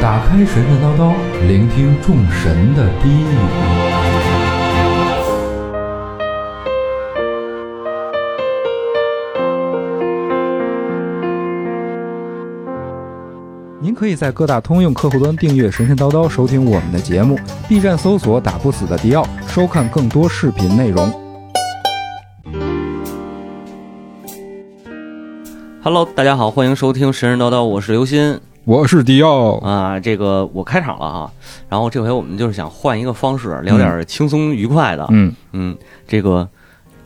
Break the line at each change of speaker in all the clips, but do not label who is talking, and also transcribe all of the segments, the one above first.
打开神神叨叨，聆听众神的低语。您可以在各大通用客户端订阅“神神叨叨”，收听我们的节目；B 站搜索“打不死的迪奥”，收看更多视频内容。
Hello，大家好，欢迎收听《神神叨叨》，我是刘鑫
我是迪奥，
啊。这个我开场了哈，然后这回我们就是想换一个方式，聊点轻松愉快的。
嗯，
嗯，这个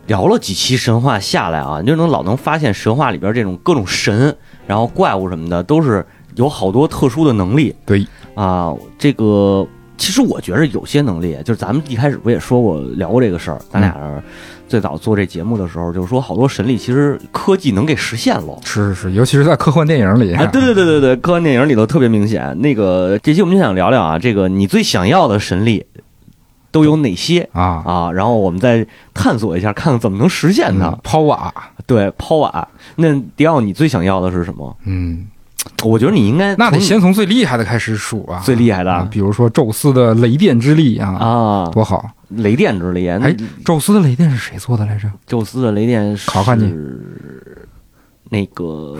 聊了几期神话下来啊，你就能老能发现神话里边这种各种神，然后怪物什么的，都是有好多特殊的能力
对，
啊。这个其实我觉得有些能力，就是咱们一开始不也说过聊过这个事儿，咱俩人最早做这节目的时候，就是说好多神力其实科技能给实现了。
是是是，尤其是在科幻电影里
啊，对对对对对，科幻电影里头特别明显。那个这期我们就想聊聊啊，这个你最想要的神力都有哪些
啊，
啊？然后我们再探索一下，看看怎么能实现它。
嗯抛瓦，
对，抛瓦。那迪奥，你最想要的是什么？
嗯，
我觉得你应该
那得
从
先从最厉害的开始数啊，
最厉害的
啊，比如说宙斯的雷电之力啊，
啊，
多好！
雷电之力。那
哎，宙斯的雷电是谁做的来着？
宙斯的雷电是
考考你
那个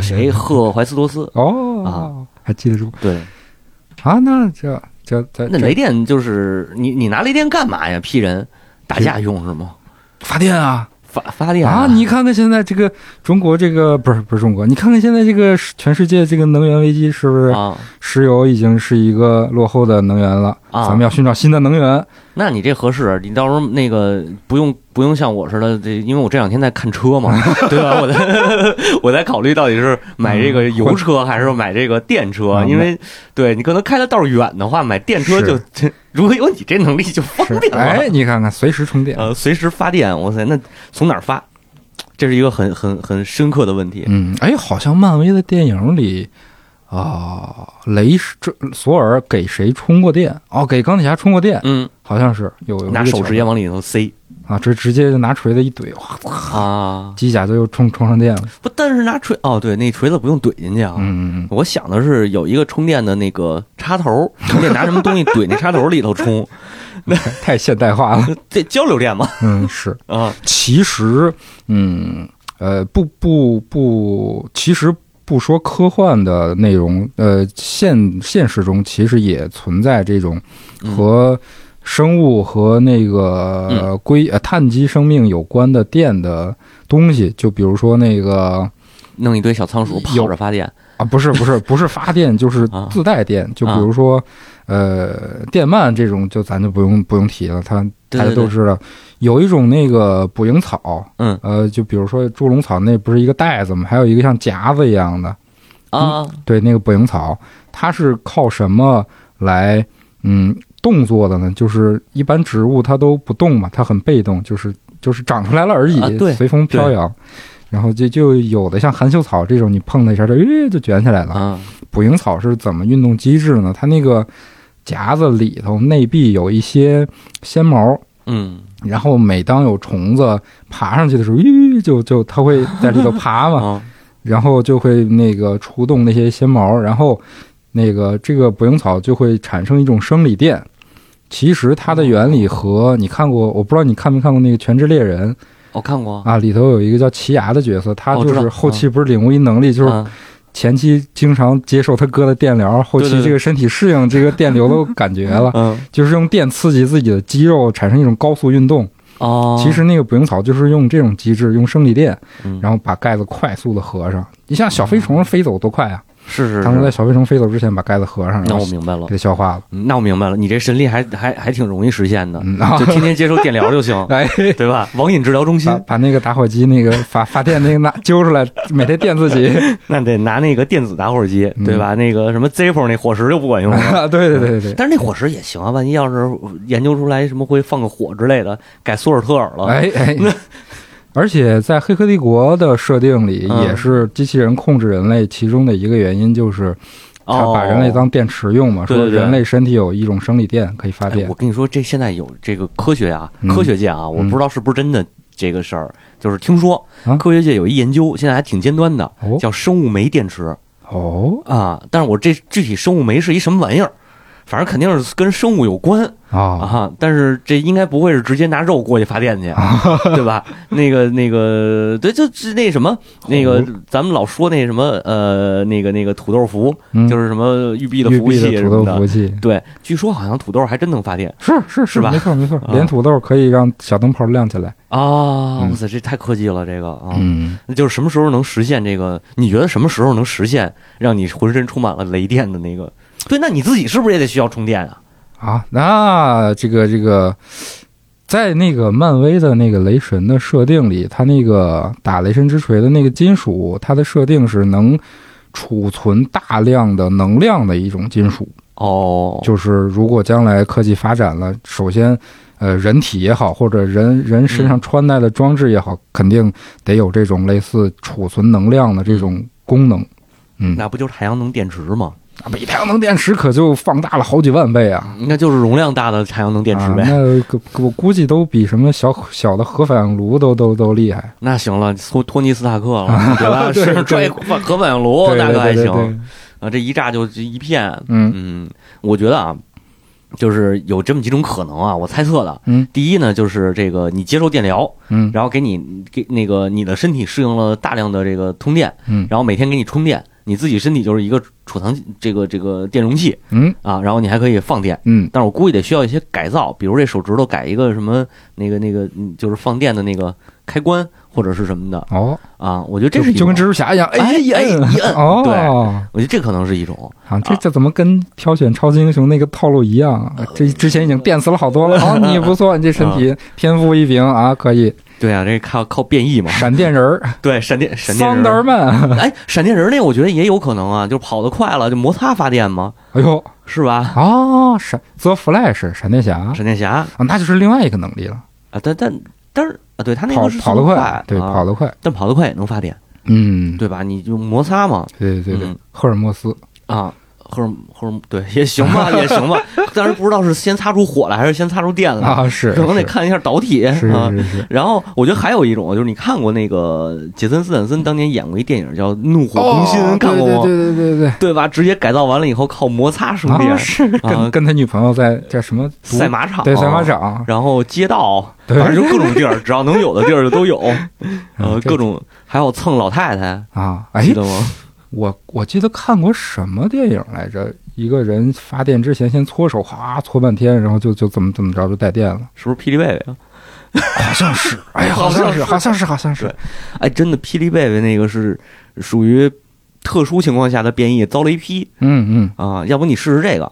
谁，赫怀斯托斯。
哦，还记得住
对，
啊？那这这这
那
这
雷电就是你，你拿雷电干嘛呀？劈人打架用是吗？
发电啊？
发发电
啊！你看看现在这个中国这个不是不是中国，你看看现在这个世全世界这个能源危机是不是？
啊，
石油已经是一个落后的能源了，
啊
咱们要寻找新的能源。
那你这合适，你到时候那个不用不用像我似的，这因为我这两天在看车 嘛，对吧？我在 我在考虑到底是买这个油车还是买这个电车，
嗯
因为对你可能开的道儿远的话，买电车就如果有你这能力就方
是，
便了，
哎，你看看，随时充电。
呃，随时发电，哇塞，那从哪儿发？这是一个很很很深刻的问题。
嗯，哎，好像漫威的电影里啊、雷是这索尔给谁充过电？哦，给钢铁侠充过电，
嗯，
好像是有有
拿
这
手
个
直
桥
接往里头塞
段啊，直直接就拿锤子一怼，哇，
啊！
机甲就又充充上电了。
不，但是拿锤哦，对，那锤子不用怼进去啊。
嗯嗯
我想的是有一个充电的那个插头，你得拿什么东西怼那插头里头充，
嗯，太现代化了。
这交流电嘛
嗯，是。
啊
其实，嗯，呃，不不不，其实不说科幻的内容，呃，现现实中其实也存在这种
嗯
和生物和那个
嗯
呃硅呃碳基生命有关的电的东西，就比如说那个。
弄一堆小仓鼠跑着发电
啊，不是 不是不是发电，就是
啊
自带电。就比如说，呃，电鳗这种，就咱就不用不用提了，它
对
大家
对
都
对
知道。有一种那个捕蝇草，
嗯
呃，就比如说猪笼草，那不是一个袋子吗？还有一个像夹子一样的，
啊
对，那个捕蝇草，它是靠什么来嗯动作的呢？就是一般植物它都不动嘛，它很被动，就是就是长出来了而已，
啊对
随风飘
对
摇。然后就就有的像含羞草这种，你碰它一下，它诶就卷起来了。
啊
捕蝇草是怎么运动机制呢？它那个夹子里头内壁有一些纤毛，
嗯
然后每当有虫子爬上去的时候，吁就就它会在里头爬 嘛，
啊
然后就会那个触动那些纤毛，然后那个这个捕蝇草就会产生一种生理电。其实它的原理和你看过，我不知道你看没看过那个《全职猎人
我看过》
啊，里头有一个叫奇牙的角色，他
哦我
就
知道
是后期不是领悟一能力，就是
啊
前期经常接受他哥的电疗，后
对
期
对，
这个身体适应这个电流的 感觉了
嗯
就是用电刺激自己的肌肉，产生一种高速运动。
哦，
其实那个捕蝇草就是用这种机制，用生理电，
嗯
然后把盖子快速的合上。你像小飞虫飞走多快啊！
是是，
当时在
是
小飞虫飞走之前把盖子合上，
嗯那
然
我
后
明白了，
给它消化了。
嗯那我明白了，你这神力还还还挺容易实现的，
嗯，然后，
就天天接受电疗就行
哎，
对吧？网瘾治疗中心
把把那个打火机那个发发电那个拿揪出来，每天电自 己。
那得拿那个电子打火机，
嗯
对吧？那个什么 Zippo 那火石就不管用了。
啊，对对对对对，
但是那火石也行啊，万一要是研究出来什么会放个火之类的，改索尔特尔了，
哎 哎。而且在《黑客帝国》的设定里，
嗯
也是机器人控制人类其中的一个原因，就是它
哦
把人类当电池用嘛，
对
说
对对
人类身体有一种生理电可以发
哎
电
我。跟你说，这现在有这个科学啊，
嗯
科学界啊，我不知道是不是真的这个事儿，就是听说
啊
科学界有一研究，现在还挺尖端的，
哦
叫生物酶电池
哦
啊。但是我这具体生物酶是一什么玩意儿，反正肯定是跟生物有关，啊
啊，
哈，但是这应该不会是直接拿肉过去发电去，啊 对吧？那个那个，对，就是那什么，那个咱们老说那什么，呃，那个那个土豆服，
嗯
就是什么育碧的
玉
服务器
璧的
什
土
么
豆服务
的。
器
对，据说好像土豆还真能发电
是是
是吧
没错没错
啊，
连土豆可以让小灯泡亮起来。
啊！
嗯
哇塞，这太科技了，这个啊，
嗯，
那就是什么时候能实现这个？你觉得什么时候能实现让你浑身充满了雷电的那个？对，那你自己是不是也得需要充电啊？
啊，那这个这个，在那个漫威的那个雷神的设定里，它那个打雷神之锤的那个金属，它的设定是能储存大量的能量的一种金属。
哦，
就是如果将来科技发展了，首先，呃，人体也好，或者人人身上穿戴的装置也好，肯定得有这种类似储存能量的这种功能。嗯，
那不就是太阳能电池吗？
比太阳能电池可就放大了好几万倍啊！
那就是容量大的太阳能电池呗。
啊、那个我估计都比什么小小的核反应炉都都都厉害。
那行了，托托尼斯塔克了，对吧？
对
身上
对
拽一核核反应炉，
对
大
对
概哦还
对对
行
对
啊。这一炸就就一片，
嗯
嗯，我觉得啊，就是有这么几种可能啊，我猜测的。
嗯
第一呢，就是这个你接受电疗，
嗯
然后给你给那个你的身体适应了大量的这个通电，
嗯
然后每天给你充电，你自己身体就是一个储藏这个这个电容器
嗯
啊，然后你还可以放电。
嗯，
但是我估计得需要一些改造，比如这手指头改一个什么那个那个，嗯就是放电的那个开关或者是什么的
哦，
啊。我觉得这是一
就
种
跟蜘，蛛侠一样，
哎
一
哎
摁
一摁
哦，
对我觉得这可能是一种。
啊，这这怎么跟挑选超级英雄那个套路一样啊？这之前已经电死了好多了。哦，你不错，你这身
啊
体天赋异禀啊，可以
对啊，这靠靠变异嘛。
闪电人儿
对，闪电闪电人儿，
，Thunderman。
哎，闪电人那我觉得也有可能啊，就跑得快了，就摩擦发电嘛，
哎呦，
是吧？
哦，闪 The Flash 闪电侠啊，
闪电侠啊，
那就是另外一个能力了，
但但但是啊，对他那
跑
个是
跑得
速度
快，对，
啊
跑得快，
但跑得快也能发电，
嗯，
对吧？你就摩擦嘛，
对对对
嗯，
赫尔墨斯
啊，或者或者对也行吧，也行 吧。当然不知道是先擦出火来还是先擦出电来，
啊，是
嗯可能得看一下导体
是
啊。
是是是，
然后我觉得还有一种就是你看过那个杰森斯坦森当年演过一电影叫《怒火攻心》，
哦
看过吗？
对对对对对对。
对吧？直接改造完了以后靠摩擦生电，
啊，是
啊
跟跟他女朋友在叫什么毒
赛马场，哦
对赛马，场，
然后街道，
对
反正就各种地儿，只要能有的地儿就 都有。呃
嗯，这
各种还有蹭老太太，
啊，哎
记，得吗？，
我我记得看过什么电影来着？一个人发电之前先搓手，哗搓半天，然后就就怎么怎么着就带电了
是不是霹雳贝贝啊？
好像是，哎呀，
好
好
像
像是，
是
好像是，好像是
对，哎，真的，霹雳贝贝那个是属于特殊情况下的变异，遭雷劈
嗯嗯，
啊！要不你试试这个？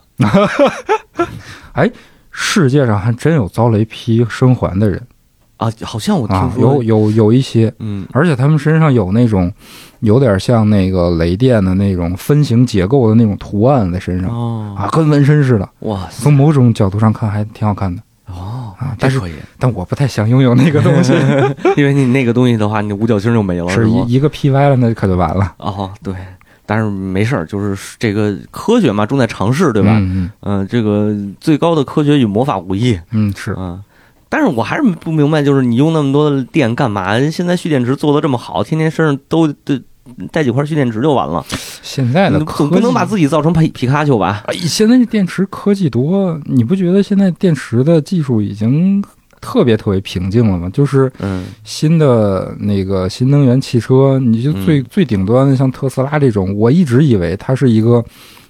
世界上还真有遭雷劈生还的人
啊，好像我听
啊，
说，
有有有一些，
嗯，
而且他们身上有那种有点像那个雷电的那种分形结构的那种图案在身上
哦，
啊，跟纹身似的。
哇塞，
从某种角度上看还挺好看的
哦，
啊，
这
但是
可以，
但我不太想拥有那 个东西，
因为你那个东西的话，你五角星就没了，是
是
吗？
一一个 P 歪了，那可就完了，
哦，对，但是没事儿，就是这个科学嘛，重在尝试，对吧？
嗯
嗯、这个最高的科学与魔法无异，
嗯嗯是
嗯、但是我还是不明白，就是你用那么多的电干嘛？现在蓄电池做的这么好，天天身上都都带几块蓄电池就完了。
现在的
你
科
总
技，
不能把自己造成皮皮卡丘吧？
哎现在这电池科技多，你不觉得现在电池的技术已经特别特别平静了吗？就是
嗯，
新的那个新能源汽车，你就最、
嗯
最顶端的像特斯拉这种，我一直以为它是一个。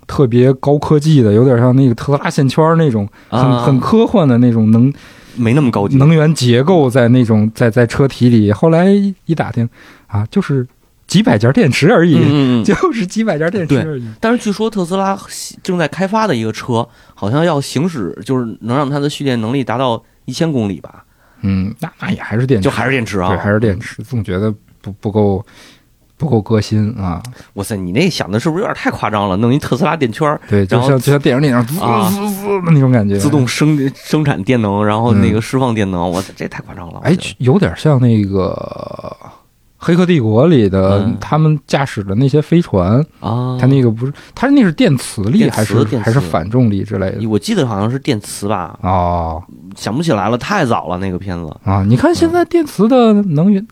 特别高科技的，有点像那个特斯拉线圈那种，很、
啊
很科幻的那种能
没那么高级。嗯
能源结构在那种在在车体里。后来一打听啊，就是几百节电池而已，
嗯嗯嗯
就是几百节电池
对
而已。
但是据说特斯拉正在开发的一个车，好像要行驶，就是能让它的蓄电能力达到一千公里吧，
嗯，那那也还是电池，
就还是电池啊，
对，还是电。池，总觉得不不够不够革新啊。
哇塞，你那想的是不是有点太夸张了？弄一特斯拉电圈儿，
对，就
然后
像就像电影里那样滋
啊
滋滋的那种感觉，
自动生 生产电能，然后
嗯
那个释放电能，我操，这太夸张了。我
哎
觉得，
有点像那个《黑客帝国》里的、
嗯
他们驾驶的那些飞船，
啊，
它那个不是，它那是电磁力
电磁
还是
电磁
还是反重力之类的？
我记得好像是电磁吧，
哦
想不起来了，太早了那个片子。
啊，你看现在电磁的能源。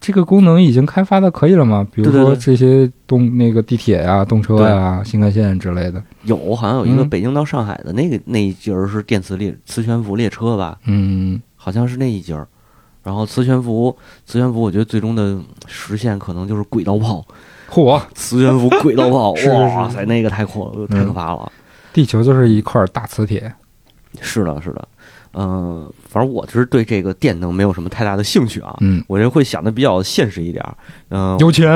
这个功能已经开发的可以了吗？比如
对对
说
对
这些动那个地铁呀、动车呀、新干线之类的。
有，好像有一个
嗯
北京到上海的那个、那一节儿是电磁列磁悬浮列车吧，
嗯，
好像是那一节儿。然后磁悬浮，磁悬浮，我觉得最终的实现可能就是轨道炮，
嚯，
磁悬浮轨道炮，
是是
哇
是
塞，那个太恐太可怕了。
地球就是一块大磁铁。
是的，是的，嗯、反正我是对这个电能没有什么太大的兴趣啊。
嗯，
我这会想的比较现实一点儿，嗯、
有钱，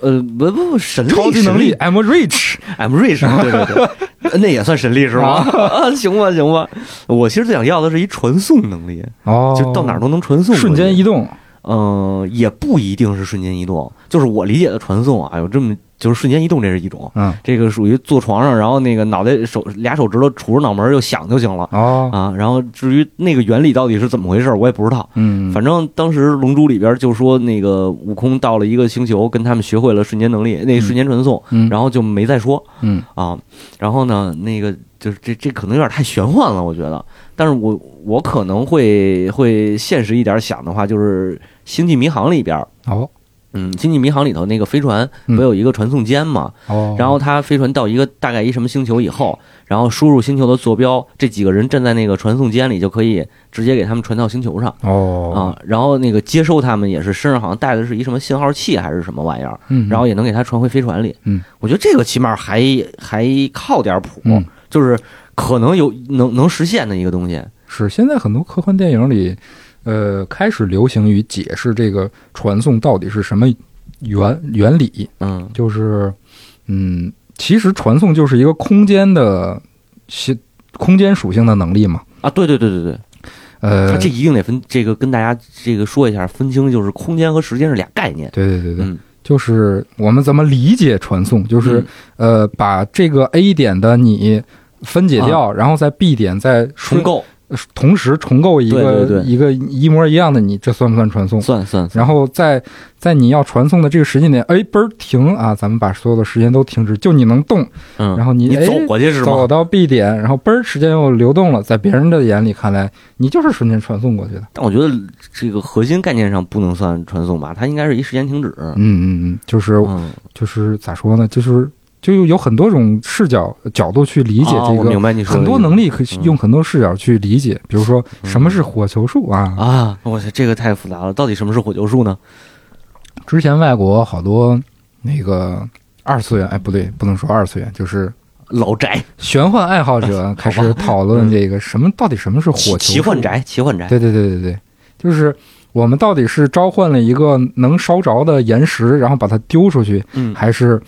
呃，不不不，神力，哎
超级能
神
力，I'm rich。
I'm rich，对对对， 呃那也算神力是吗？ 啊，行吧行吧，我其实最想要的是一传送能力，
哦，
就到哪儿都能传送，
瞬间移
动。
动。
嗯、也不一定是瞬间移动，就是我理解的传送啊，有这么就是瞬间移动，这是一种，
嗯，
这个属于坐床上，然后那个脑袋手俩手指头杵着脑门儿就响就行了
哦，
啊。然后至于那个原理到底是怎么回事，我也不知道。
嗯，
反正当时《龙珠》里边就说，那个悟空到了一个星球，跟他们学会了瞬间能力，那瞬间传送，
嗯，
然后就没再说。
嗯
啊，然后呢，那个就是这这可能有点太玄幻了，我觉得。但是我我可能会会现实一点想的话，就是《星际迷航》里边儿，
哦
嗯，《星际迷航》里头那个飞船
嗯
不有一个传送间嘛？
哦，
然后他飞船到一个大概一什么星球以后，然后输入星球的坐标，这几个人站在那个传送间里就可以直接给他们传到星球上
哦
啊。然后那个接收他们也是身上好像带的是一什么信号器还是什么玩意儿。
嗯，
然后也能给它传回飞船里。
嗯，
我觉得这个起码还还靠点谱，
嗯
就是可能有能能实现的一个东西。
是现在很多科幻电影里，呃，开始流行于解释这个传送到底是什么原原理，
嗯
就是嗯，其实传送就是一个空间的系空间属性的能力嘛。
啊，对对对对对，
呃，
它这一定得分这个跟大家这个说一下，分清就是空间和时间是俩概念。
对对对对，
嗯
就是我们怎么理解传送，就是、呃，把这个 A 点的你分解
啊
掉，然后在 B 点再
重
重
构
同时重构一
对
个
对对
一个一模一样的你，这算不算传送？
算算算
然后在在你要传送的这个时间点，哎，嘣儿停啊！咱们把所有的时间都停止，就你能动，
嗯，
然后你
你
哎
走过去是
走
吗？
到 B 点，然后嘣儿时间又流动了，在别人的眼里看来，你就是瞬间传送过去的。
但我觉得这个核心概念上不能算传送吧，它应该是一时间停止。
嗯嗯嗯，就是
嗯，
就是咋说呢？就是就有很多种视角角度去理解
啊
这
我
个
明白你说的
很多
意思
能力可以
嗯
用很多视角去理解，比如说什么是火球术啊？
啊，我操，这个太复杂了。到底什么是火球术呢？
之前外国好多那个二次元，哎，不对，不能说二次元，就是
老宅、
玄幻爱 好者开始讨论这个什么到底什么是火
奇
球
奇幻
术？
宅、奇幻宅。
对对对对对，就是我们到底是召唤了一个能烧着的岩石，然后把它丢出去，
嗯，
还是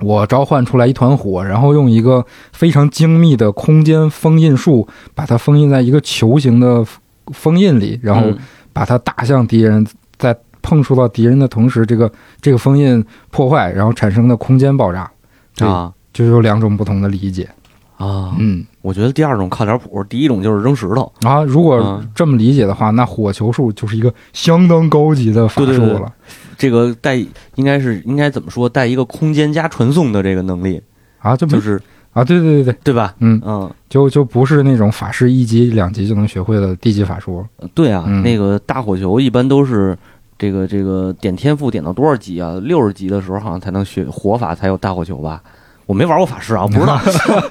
我召唤出来一团火，然后用一个非常精密的空间封印术把它封印在一个球形的封印里，然后
嗯
把它打向敌人，在碰触到敌人的同时，这个这个封印破坏，然后产生的空间爆炸。对，
啊
就有两种不同的理解。
啊，
嗯，
我觉得第二种靠点谱，第一种就是扔石头。
然后如果
啊
这么理解的话，那火球术就是一个相当高级的法
对对
术
对
了。
这个带应该是应该怎么说？带一个空间加传送的这个能力，
啊，这不
就是
啊，对对对对，
对吧？
嗯，
嗯，
就就不是那种法师一级、两级就能学会的低级法术了。
对啊，
嗯
那个大火球一般都是这个这个点天赋点到多少级啊？六十级的时候好像才能学火法才有大火球吧？我没玩过法师啊，我不知 道，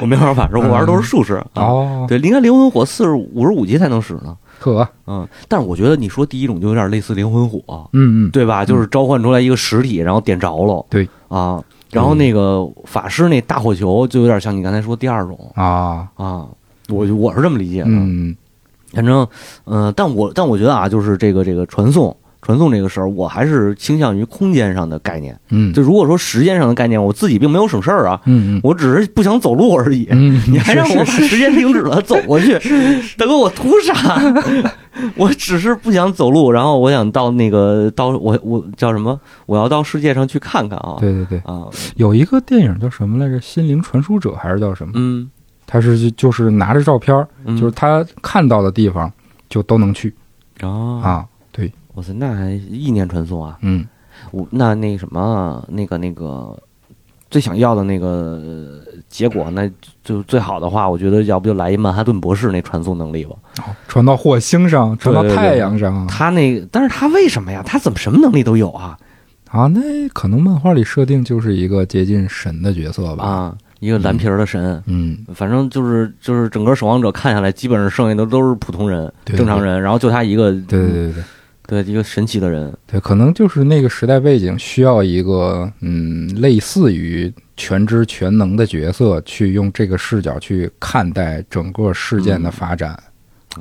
我没玩过法师，我玩的都是术士。啊。
嗯哦，
对，应该灵魂火四十五十五级才能使呢。
可，
嗯，但是我觉得你说第一种就有点类似灵魂火，啊
嗯嗯，
对吧？就是召唤出来一个实体，然后点着了。
对
啊，然后那个法师那大火球就有点像你刚才说第二种
啊，
啊，我我是这么理解的。呃
嗯
反正，嗯、但我但我觉得啊，就是这个这个传送传送这个事儿，我还是倾向于空间上的概念。
嗯，
就如果说时间上的概念，我自己并没有省事儿啊，
嗯嗯
我只是不想走路而已。
嗯，
你还让我把
是是
时间停止了走过去，大哥我图啥？我只是不想走路，然后我想到那个到我我叫什么？我要到世界上去看看啊！
对对对，
啊，
有一个电影叫什么来着，《心灵传输者》还是叫什么？
嗯，
他是就就是拿着照片儿，
嗯
就是他看到的地方就都能去
啊，
啊。对，
我操，那还意念传送啊？
嗯，
我那那什么，那个那个最想要的那个呃结果，那就最好的话，我觉得要不就来一曼哈顿博士那传送能力吧。
哦传到火星上，传到
对对对
太阳上啊
他那个，但是他为什么呀？他怎么什么能力都有啊？
啊，那可能漫画里设定就是一个接近神的角色吧。
啊，一个蓝皮儿的神。
嗯，
反正就是就是整个守望者看下来，基本上剩下的都是普通人、
对
正常人，然后就他一个
对对对对
对一个神奇的人，
对，可能就是那个时代背景需要一个嗯，类似于全知全能的角色，去用这个视角去看待整个事件
嗯
的发展。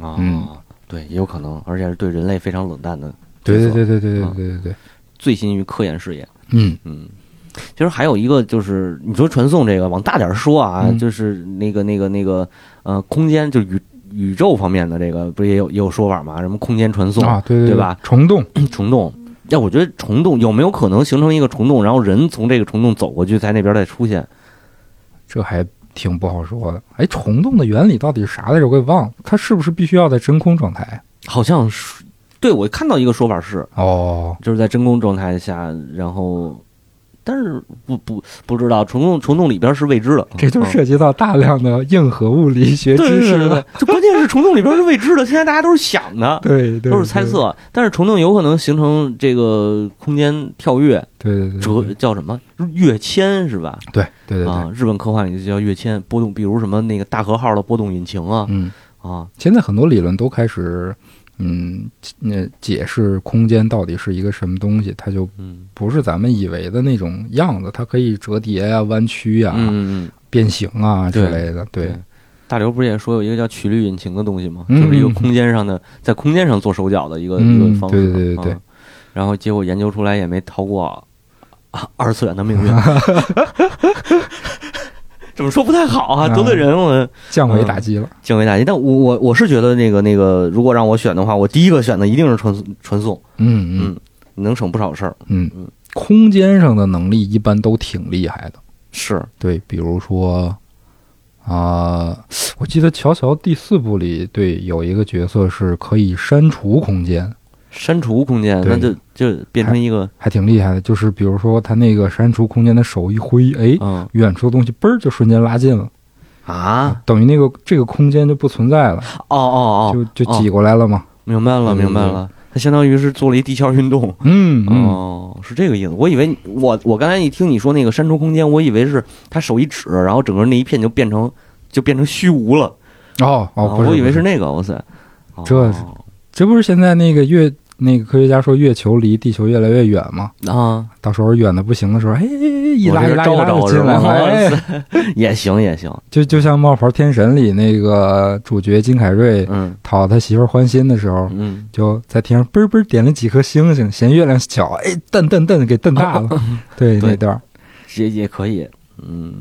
啊，
嗯
对，也有可能，而且是对人类非常冷淡的角
对
色，
对对对对对
嗯
对对对，
醉心于科研事业。
嗯
嗯，其实还有一个就是你说传送这个，往大点儿说啊，
嗯
就是那个那个那个呃，空间就宇宇宙方面的这个，不是也有也有说法吗？什么空间传送
啊，对
对
对
吧？
虫洞，
虫洞。哎，我觉得虫洞有没有可能形成一个虫洞，然后人从这个虫洞走过去，在那边再出现？
这还挺不好说的。哎，虫洞的原理到底是啥来着？我给忘了。它是不是必须要在真空状态？
好像是，对我看到一个说法是，
哦，
就是在真空状态下，然后，但是不不不知道虫洞虫洞里边是未知的，
这就
嗯
涉及到大量的硬核物理学
对对
知识
对 对
了。，
这关键是虫洞里边是未知的，现在大家都是想的，
对对，
都是猜测，但是虫洞有可能形成这个空间跳跃，
对。对对对
折叫什么跃迁是吧？
对对对对，
啊，日本科幻里就叫跃迁波动，比如什么那个大和号的波动引擎啊
嗯。
啊，
现在很多理论都开始，嗯，那解释空间到底是一个什么东西，它就
嗯
不是咱们以为的那种样子，它可以折叠呀、弯曲呀、
嗯嗯，
变形啊之
对
类的。对，
对大刘不是也说有一个叫曲率引擎的东西吗？
嗯
就是一个空间上的，在空间上做手脚的一个、
嗯
一个方式。
对对对对
嗯然后结果研究出来也没逃过啊二次元的 命运。怎么说不太好啊，
啊
得罪人我
降
嗯
维打击了。
降维打击。但我我我是觉得那个那个，如果让我选的话，我第一个选的一定是传传送，
嗯
嗯能省不少事儿。
嗯
嗯
嗯，空间上的能力一般都挺厉害的。
是，
对，比如说，啊、我记得《乔乔》第四部里，对有一个角色是可以删除空间，
删除空间，那
对
就就变成一个
还挺厉害的。就是比如说他那个删除空间的手一挥，哎，
嗯
远处的东西嘣儿就瞬间拉近了，
啊，
等于那个这个空间就不存在了，
哦哦哦，
就就
哦
挤过来了嘛。
明白了，
嗯
明白了，它相当于是做了一地壳运动。
嗯嗯，
哦，是这个意思。我以为你我我刚才一听你说那个删除空间，我以为是他手一指，然后整个那一片就变成就变成虚无了。
哦哦，
啊
不是，
我以为是
不是，
那个。哇塞，哦
这这不是现在那个月那个科学家说月球离地球越来越远吗？
啊，
到时候远的不行的时候，哎，一
我
拉
这
一
是
拉一
照
拉
着
就进
是
来
吧？
了，
哇
哎，
塞，也行也行，
就就像《冒牌天神》里那个主角金凯瑞
嗯
讨他媳妇儿欢心的时候。
嗯，
就在天上嘣嘣点了几颗星星，嫌月亮小，哎， 瞪瞪瞪给瞪大了。对
对
那段儿，
也也可以。嗯，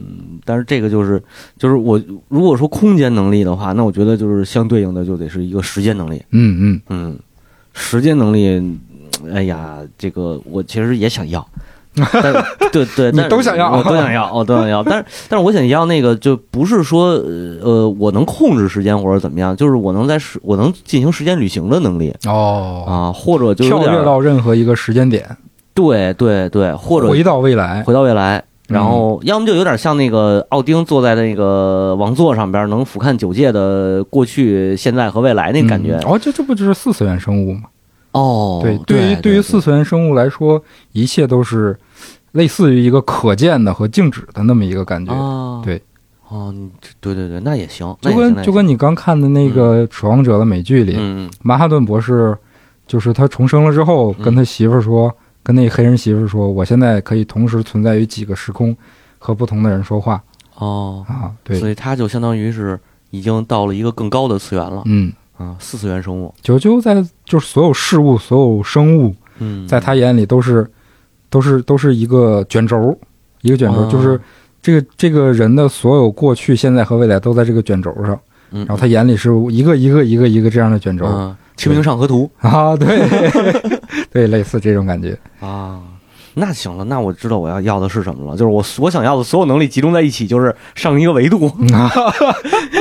但是这个就是就是我如果说空间能力的话，那我觉得就是相对应的就得是一个时间能力。
嗯嗯，
嗯，时间能力，哎呀，这个我其实也想 要，但对对，
你
但是
都想要
我都 想要，我哦都想要。但是，但是我想要那个，就不是说呃呃，我能控制时间或者怎么样，就是我能在时，我能进行时间旅行的能力
哦
啊，或者就有
跳
点
跃
儿
到任何一个时间点，
对对对，或者
回到未来。
回到未来。
嗯
然后，要么就有点像那个奥丁坐在那个王座上边儿，能俯瞰九界的过去、现在和未来那感觉。
嗯哦，这这不就是四次元生物吗？
哦，
对，
对
于对于四次元生物来说，一切都是类似于一个可见的和静止的那么一个感觉，
啊，
对，
哦，你这对对对，那也行，那
就
也行
跟就跟你刚看的那个《守望者》的美剧
那也
里，
行嗯嗯
曼哈顿博士就是他重生了之后，
嗯
跟他媳妇儿说，跟那黑人媳妇儿说，我现在可以同时存在于几个时空，和不同的人说话
哦，
啊，对
所，以它就相当于是已经到了一个更高的次元了
嗯，
啊，四次元生物，
九九在就是所有事物、所有生物
嗯，
在他眼里都是都是都是一个卷轴，一个卷轴，
啊
就是这个这个人的所有过去、现在和未来都在这个卷轴上，
嗯，
然后他眼里是一个一个一个一个这样的卷轴
嗯清明上河图
啊，对 对，类似这种感觉，
啊。那行了，那我知道我要要的是什么了，就是我我想要的所有能力集中在一起，就是上一个维度，
嗯啊，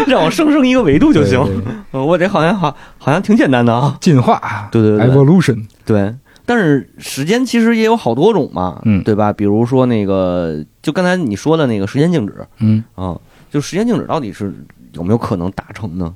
让我上升一个维度就
对
行。
对
呃我这好像好好像挺简单的啊。
进化，
对对对
e v o l u t i o n
对，但是时间其实也有好多种嘛，
嗯
对吧？比如说那个，就刚才你说的那个时间静止
嗯，
啊，就时间静止到底是有没有可能达成呢？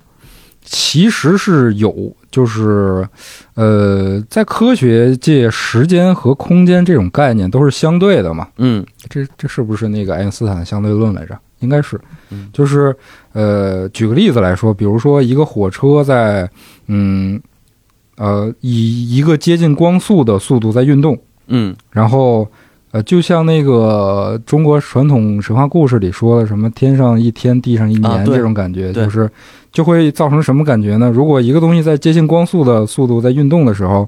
其实是有，就是呃，在科学界，时间和空间这种概念都是相对的嘛。
嗯
这这是不是那个爱因斯坦相对论来着？应该是
嗯，
就是呃，举个例子来说，比如说一个火车在嗯呃以一个接近光速的速度在运动，
嗯
然后呃就像那个中国传统神话故事里说的什么天上一天地上一
啊
年
对
这种感觉，
对
就是就会造成什么感觉呢？如果一个东西在接近光速的速度在运动的时候。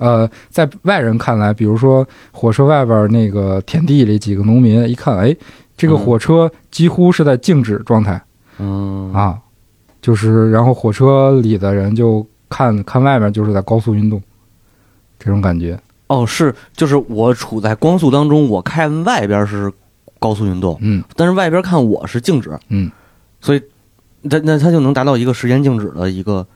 呃，在外人看来，比如说火车外边那个田地里几个农民一看，哎，这个
嗯
火车几乎是在静止状态，
嗯
啊，就是然后火车里的人就看看外面，就是在高速运动，这种感觉。
哦，是就是我处在光速当中，我看外边是高速运动，
嗯
但是外边看我是静止，
嗯，
所以那那它就能达到一个时间静止的一个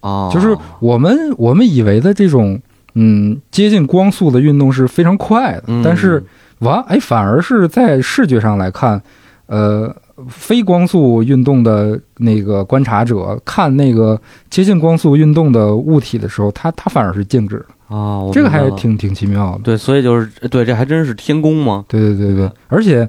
啊，
就是我们我们以为的这种嗯接近光速的运动是非常快的，
嗯
但是完哎反而是在视觉上来看，呃。非光速运动的那个观察者看那个接近光速运动的物体的时候，他他反而是静止的，
啊，我
这个
明白
还
了
挺挺奇妙的。
对，所以就是对，这还真是天宫吗？
对对对
对
对
吧，
而且，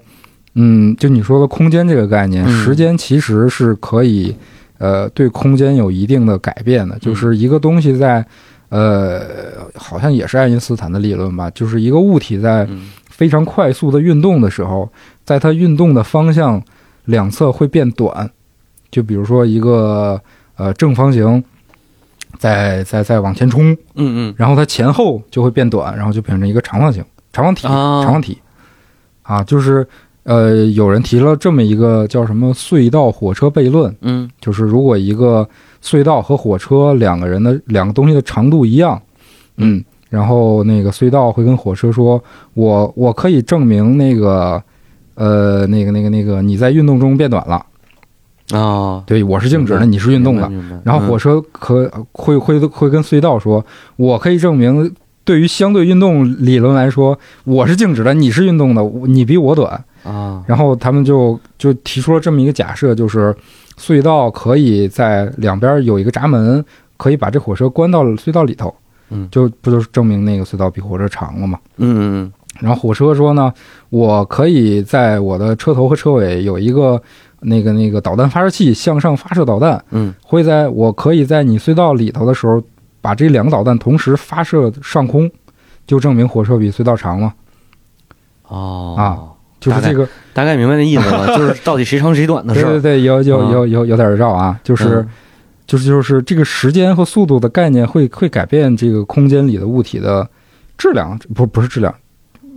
嗯，就你说的空间这个概念，
嗯
时间其实是可以，呃，对空间有一定的改变
嗯
的。就是一个东西在，呃，好像也是爱因斯坦的理论吧，就是一个物体在
嗯
非常快速的运动的时候，在它运动的方向两侧会变短。就比如说一个呃正方形在在在往前冲，
嗯
然后它前后就会变短，然后就变成一个长方形、长方体、
啊
长方体，啊，就是呃，有人提了这么一个叫什么隧道火车悖论，
嗯
就是如果一个隧道和火车两个人的两个东西的长度一样，嗯，然后那个隧道会跟火车说，我我可以证明那个呃那个那个那个你在运动中变短了，
嗯啊，
对我是静止的，你是运动的，
明白，嗯明白
然后火车可会会会跟隧道说，我可以证明，对于相对运动理论来说，我是静止的，你是运动的，我你比我短。
嗯啊，
然后他们就就提出了这么一个假设，就是隧道可以在两边有一个闸门，可以把这火车关到隧道里头，
嗯
就不就是证明那个隧道比火车长了吗？
嗯嗯
然后火车说呢，我可以在我的车头和车尾有一个那个那个导弹发射器向上发射导弹，
嗯
会在我可以在你隧道里头的时候，把这两个导弹同时发射上空，就证明火车比隧道长嘛。
哦
啊就是这个，
大概明白那意思 了，就是嗯到底谁长谁短的
对
事
对
儿，
对，有
啊
有有有有点绕啊，就是、就是就是这个时间和速度的概念会会改变这个空间里的物体的质量，不不是质量，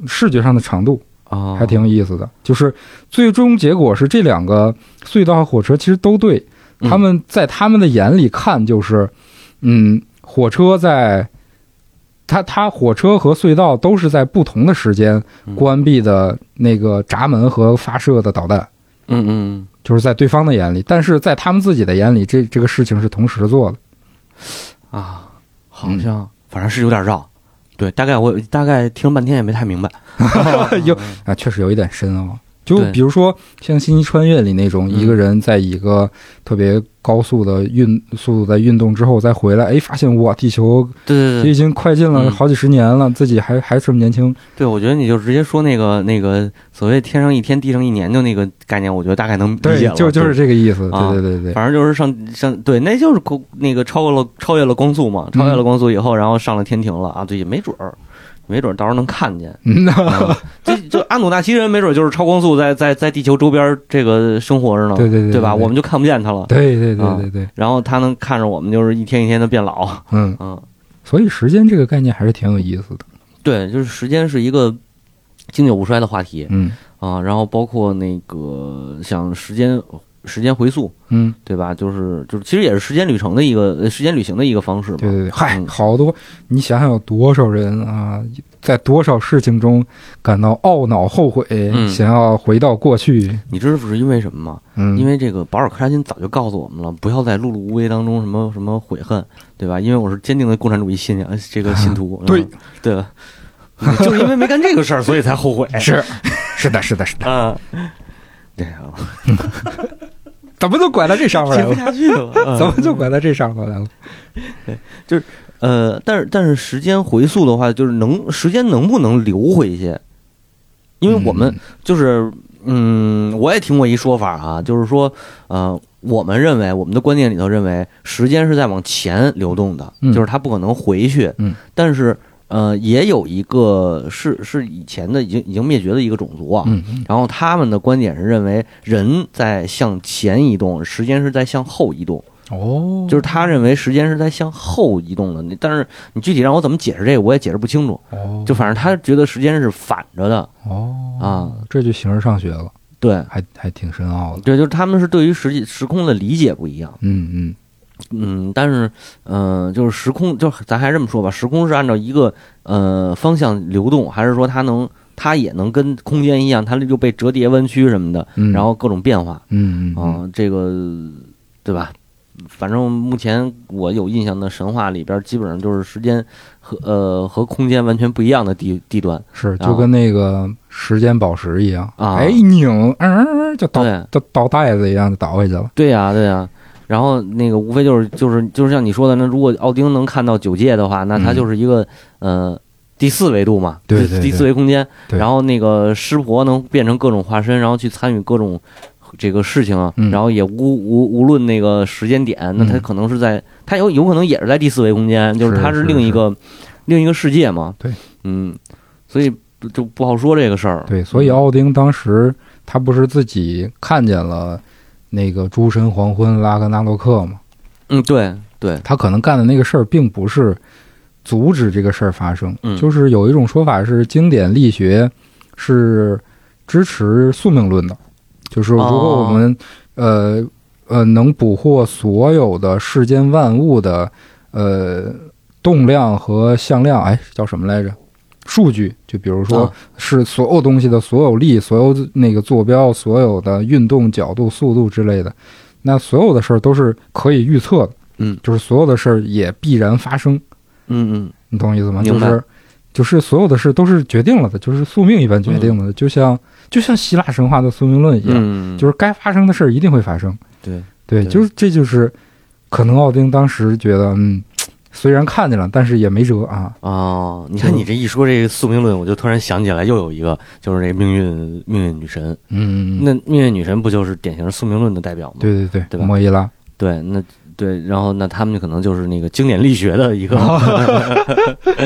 视觉上的长度，
啊，
还挺有意思的。就是最终结果是这两个隧道和火车其实都对，
嗯
他们在他们的眼里看就是，嗯，火车在，它它火车和隧道都是在不同的时间
嗯
关闭的那个闸门和发射的导弹，
嗯嗯，
就是在对方的眼里，但是在他们自己的眼里，这这个事情是同时做的。
嗯啊，好像
嗯
反正是有点绕，对，大概我大概听了半天也没太明白， 哦
有啊，确实有一点深奥、就
对
比如说像《星际穿越》里那种，
嗯
一个人在一个特别高速的运速度在运动之后再回来，哎，发现哇，地球
对对
已
对，
经快进了
嗯
好几十年了，自己还还这么年轻。
对我觉得你就直接说那个那个所谓天上一天地上一年就那个概念，我觉得大概能理解了，
就就是这个意思。
啊
对对对对，
反正就是上上对，那就是光那个超过了超越了光速嘛，超越
嗯
了光速以后，然后上了天庭了啊，对，也没准儿，没准儿到时候能看见。
嗯，
啊、这就阿努纳奇人没准儿就是超光速在在在地球周边儿这个生活着呢，
对对
对
对
吧？
对
我们就看不见他了，
对对对对对，
然后他能看着我们就是一天一天的变老，
嗯，
嗯，
所以时间这个概念还是挺有意思的。
对，就是时间是一个经久不衰的话题
嗯
啊，然后包括那个像时间时间回溯，
嗯，
对吧？就是就是，其实也是时间旅程的一个呃时间旅行的一个方式嘛。
对对对，嗨，
嗯
好多你想想有多少人啊，在多少事情中感到懊恼、后悔，
嗯
想要回到过去。
你知道是因为什么吗？
嗯，
因为这个保尔·柯察金早就告诉我们了，不要在碌碌无为当中什么什么悔恨，对吧？因为我是坚定的共产主义信仰呃这个信徒。
对
嗯 对吧， 就是因为没干这个事儿，所以才后悔。
是是的，是的，是 的，
啊，对啊，
怎么就拐到这上面来
听不
了？
下去了。嗯
怎么就拐到这上面来了？
呃，但是但是时间回溯的话，就是能时间能不能流回去？因为我们
嗯
就是嗯，我也听过一说法啊，就是说呃，我们认为我们的观念里头认为时间是在往前流动的，
嗯
就是它不可能回去。
嗯，
但是呃，也有一个是是以前的已经已经灭绝的一个种族啊。
嗯嗯
然后他们的观点是认为人在向前移动，时间是在向后移动。
哦，
就是他认为时间是在向后移动的，你但是你具体让我怎么解释这个，我也解释不清楚。
哦
就反正他觉得时间是反着的
哦
啊，
这就形而上学了，
对
还还挺深奥的。
对，就是他们是对于时际时空的理解不一样，
嗯嗯
嗯，但是嗯、呃就是时空，就是咱还这么说吧，时空是按照一个呃方向流动，还是说它能它也能跟空间一样，它就被折叠弯曲什么的，
嗯，
然后各种变化
嗯嗯
啊、
嗯
这个对吧？反正目前我有印象的神话里边，基本上就是时间和呃和空间完全不一样的地地段。
是
啊
就跟那个时间宝石一样，
啊
哎一拧，嗯就倒
对
就倒袋子一样就倒回去了。
对呀、对呀、然后那个无非就是就是就是像你说的，那如果奥丁能看到九界的话，那他
嗯
就是一个、呃第四维度嘛，
对
第
对
第
对
四维空间。
对
然后那个湿婆能变成各种化身，然后去参与各种这个事情啊，
嗯
然后也无无无论那个时间点，那他
嗯
可能是在他有有可能也是在第四维空间，就是
是
他是
是
另一个另一个世界嘛。
对，
嗯，所以不就不好说这个事儿。
对，所以
嗯
奥丁当时他不是自己看见了那个诸神黄昏拉格纳洛克吗？
嗯，对对，
他可能干的那个事儿并不是阻止这个事儿发生，
嗯
就是有一种说法是经典力学是支持宿命论的，就是如果我们、呃呃能捕获所有的世间万物的呃动量和向量，哎叫什么来着？数据，就比如说
啊
是所有东西的所有力、所有那个坐标、所有的运动角度、速度之类的，那所有的事儿都是可以预测的，
嗯，
就是所有的事儿也必然发生，
嗯嗯
你懂我意思吗？就
明白
是就是所有的事都是决定了的，就是宿命一般决定的，就像就像希腊神话的宿命论一样，
嗯，
就是该发生的事儿一定会发生。
对
对，
对
就是这就是可能奥丁当时觉得，嗯，虽然看见了，但是也没辙啊。
哦，你看你这一说这个宿命论，我就突然想起来又有一个，就是这命运命运女神。
嗯，
那命运女神不就是典型宿命论的代表吗？
对对对，
对吧
莫伊拉，
对，那对，然后那他们就可能就是那个经典力学的一 个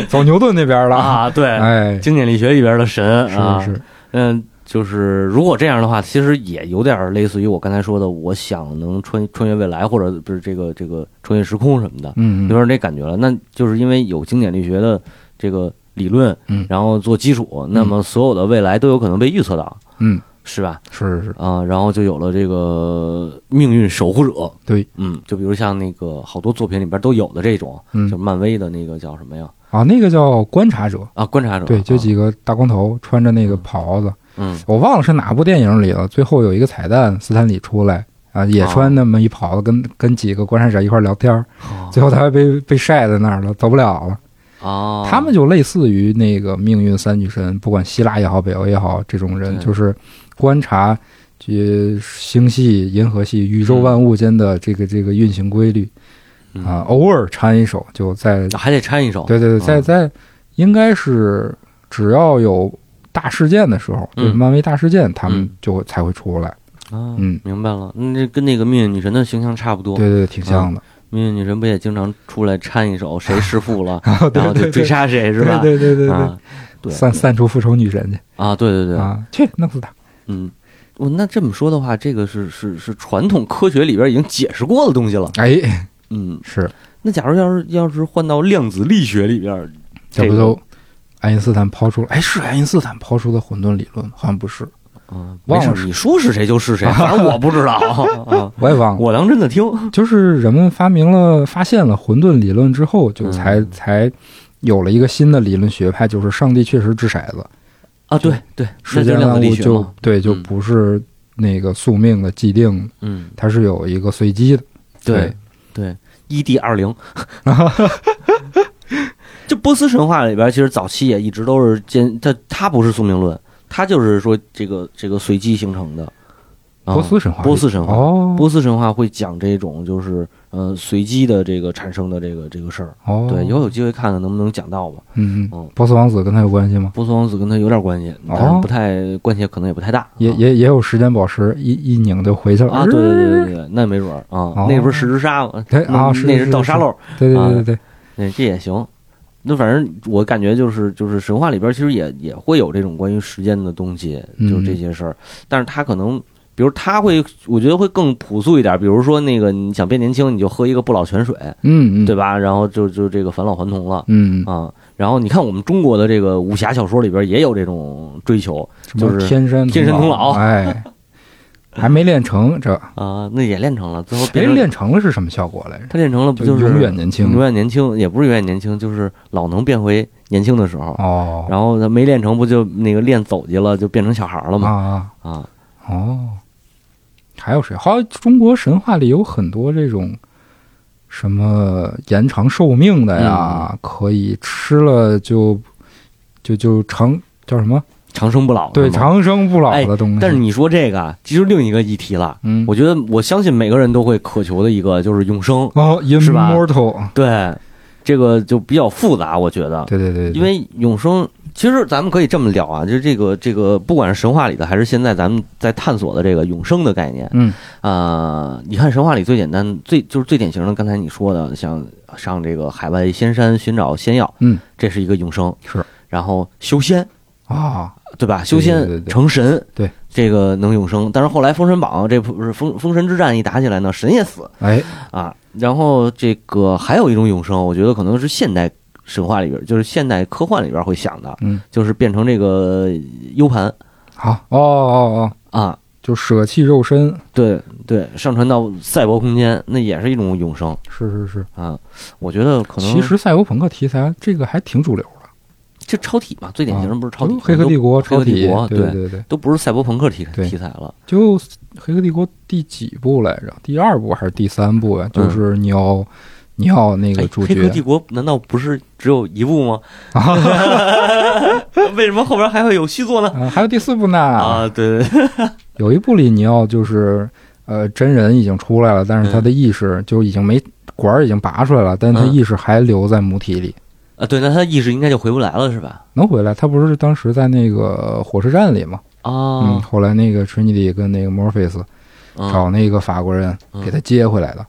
走牛顿那边 了，
啊，对，
哎，
经典力学里边的神啊，
是是，
嗯。就是如果这样的话，其实也有点类似于我刚才说的，我想能穿穿越未来，或者不是这个这个穿越时空什么的，
嗯
有点那感觉了。那就是因为有经典力学的这个理论，
嗯
然后做基础，那么所有的未来都有可能被预测到，
嗯，
是吧？
是是，
啊，然后就有了这个命运守护者。
对，
嗯，就比如像那个好多作品里边都有的这种，
嗯
就是漫威的那个叫什么呀？
啊，那个叫观察者，
啊，观察者。
对，就
啊
几个大光头穿着那个袍子，
嗯
我忘了是哪部电影里了。最后有一个彩蛋，斯坦李出来啊，
哦
也穿那么一袍子，跟跟几个观察者一块儿聊天儿，
啊
最后他还被被晒在那儿了，走不了了。
啊，
他们就类似于那个命运三女神，不管希腊也好，北欧也好，这种人
对
就是观察。呃，星系、银河系、宇宙万物间的这个这个运行规律
嗯
啊，偶尔掺一手，就在
啊还得掺一手。
对对对，
嗯
在在应该是只要有大事件的时候，
嗯
就是漫威大事件，他们
嗯
就才会出来。
啊，
嗯
明白了。那这跟那个命运女神的形象差不多。
对对对，挺像的。
命运女神不也经常出来掺一手，谁弑父了，
啊，
嗯
对
然后就
对
追
对对
杀谁，是吧？
对对对对
啊，对
散散除复仇女神去
啊，对对对，
啊，去弄死他。
嗯。我那这么说的话，这个是是是传统科学里边已经解释过的东西了。
哎，
嗯，
是，
那假如要是要是换到量子力学里边儿，
这
这
不
个
都爱因斯坦抛出了？哎，是爱因斯坦抛出的混沌理论吗，好像不是，
啊，
忘
没
了
事儿，你说是谁就是 谁，反正我不知道啊，
我也忘了。
我当真的听。
就是人们发明了、发现了混沌理论之后，就才、
嗯
才有了一个新的理论学派，就是上帝确实掷骰子，
啊，对对，
世
那
间
就量
万
子力
物
学
就
嘛，
对，就
嗯
不是那个宿命的既定，
嗯，
它是有一个随机的。
对对，ED 二 零。这波斯神话里边，其实早期也一直都是坚，它它不是宿命论，它就是说这个这个随机形成的。啊
波斯神话，
波斯神话
哦，
波斯神话会讲这种就是呃随机的这个产生的这个这个事儿。
哦，
对，以后有机会看看能不能讲到吧。
嗯嗯
嗯，
波斯王子跟他有关系吗？
波斯王子跟他有点关系，但
哦
是不太关系，可能也不太大。啊
也也也有时间宝石，一一拧就回去了
啊，对对对对对，那没准儿啊，那不是石之沙吗？
哦对啊
那
是
那
是
是倒沙
是
漏。
对对
啊
对对对，
那这也行。那反正我感觉就是就是神话里边其实也也会有这种关于时间的东西，
嗯
就是这些事儿。但是他可能，比如他会，我觉得会更朴素一点。比如说那个你想变年轻，你就喝一个不老泉水，
嗯嗯，
对吧？然后就就这个返老还童了
嗯，
啊。然后你看我们中国的这个武侠小说里边也有这种追求
什么
就是
天山
天山童姥
哎，还没练成这，
啊，那也练成了，最后
哎，
变成
练成了是什么效果来着？
他练成了不就是
永远年轻
永远年轻也不是永远年轻，就是老能变回年轻的时候。
哦，
然后他没练成，不就那个练走去了，就变成小孩了嘛？
啊
啊，
哦，还有谁？好像中国神话里有很多这种什么延长寿命的呀，
嗯
可以吃了就就就长叫什么？
长生不老。
对，
是吗。
长生不老的东西。
但是你说这个啊，其实另一个议题了。
嗯，
我觉得我相信每个人都会渴求的一个就是永生。
哦
是吧
，immortal，
对，这个就比较复杂，我觉得，
对对对，对
因为永生。其实咱们可以这么聊啊，就是这个这个，不管是神话里的，还是现在咱们在探索的这个永生的概念
嗯
啊、你看神话里最简单、最就是最典型的，刚才你说的，像上这个海外仙山寻找仙药，
嗯
这是一个永生，
是，
然后修仙，
啊，
对吧？修
对对
仙
对
成神，
对
这个能永生。但是后来《封神榜》这不是封封神之战一打起来呢，神也死
哎，
啊。然后这个还有一种永生，我觉得可能是现代神话里边，就是现代科幻里边会想的，
嗯，
就是变成这个 U 盘
好，哦哦哦，
啊，
就舍弃肉身，
对对，上传到赛博空间，那也是一种永生
是是是。
啊。我觉得可能
其实赛博朋克题材这个还挺主流的，
就超体嘛，最典型的不是超体，
就啊嗯黑客帝国》
黑
超
客帝
体
国，
对
对
对对。
都不是赛博朋克题
对
题材了，
就《黑客帝国》第几部来着？第二部还是第三部呀、就是你要你要那个
哎
主
黑客帝
角
国难道不是只有一部 吗？ 为什么后边还会有续作呢？
啊，还有第四部呢。
啊，对 对对，
有一部里你要就是呃，真人已经出来了，但是他的意识就已经没管儿已经拔出来了，但是他
嗯
意识还留在母体里。
啊，对，那他意识应该就回不来了，是吧？
能回来，他不是当时在那个火车站里吗？嗯，
啊，
后来那个 Trinity 跟那个 Morpheus
嗯，
找那个法国人
嗯
给他接回来的、啊，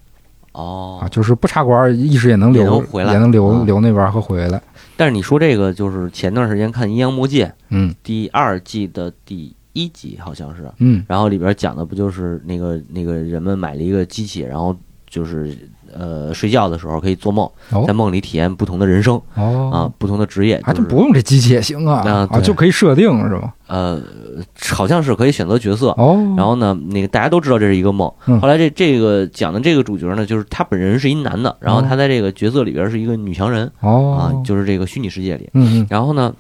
哦，
就是不插管儿，意识也能留，
也能回来
也能留、
啊
留那边儿和回来。
但是你说这个，就是前段时间看《阴阳魔界》
嗯
第二季的第一集，好像是，
嗯，
然后里边讲的不就是那个那个人们买了一个机器，然后就是呃睡觉的时候可以做梦，
哦
在梦里体验不同的人生
哦
啊，不同的职业，
啊，
就
就是不用这机器也行啊
啊，
啊，
对
就可以设定是吗？
呃，好像是可以选择角色，
哦，
然后呢，那个大家都知道这是一个梦。
嗯
后来这这个讲的这个主角呢，就是他本人是一男的，然后他在这个角色里边是一个女强人、啊
哦，，
就是这个虚拟世界里。
嗯嗯
然后呢，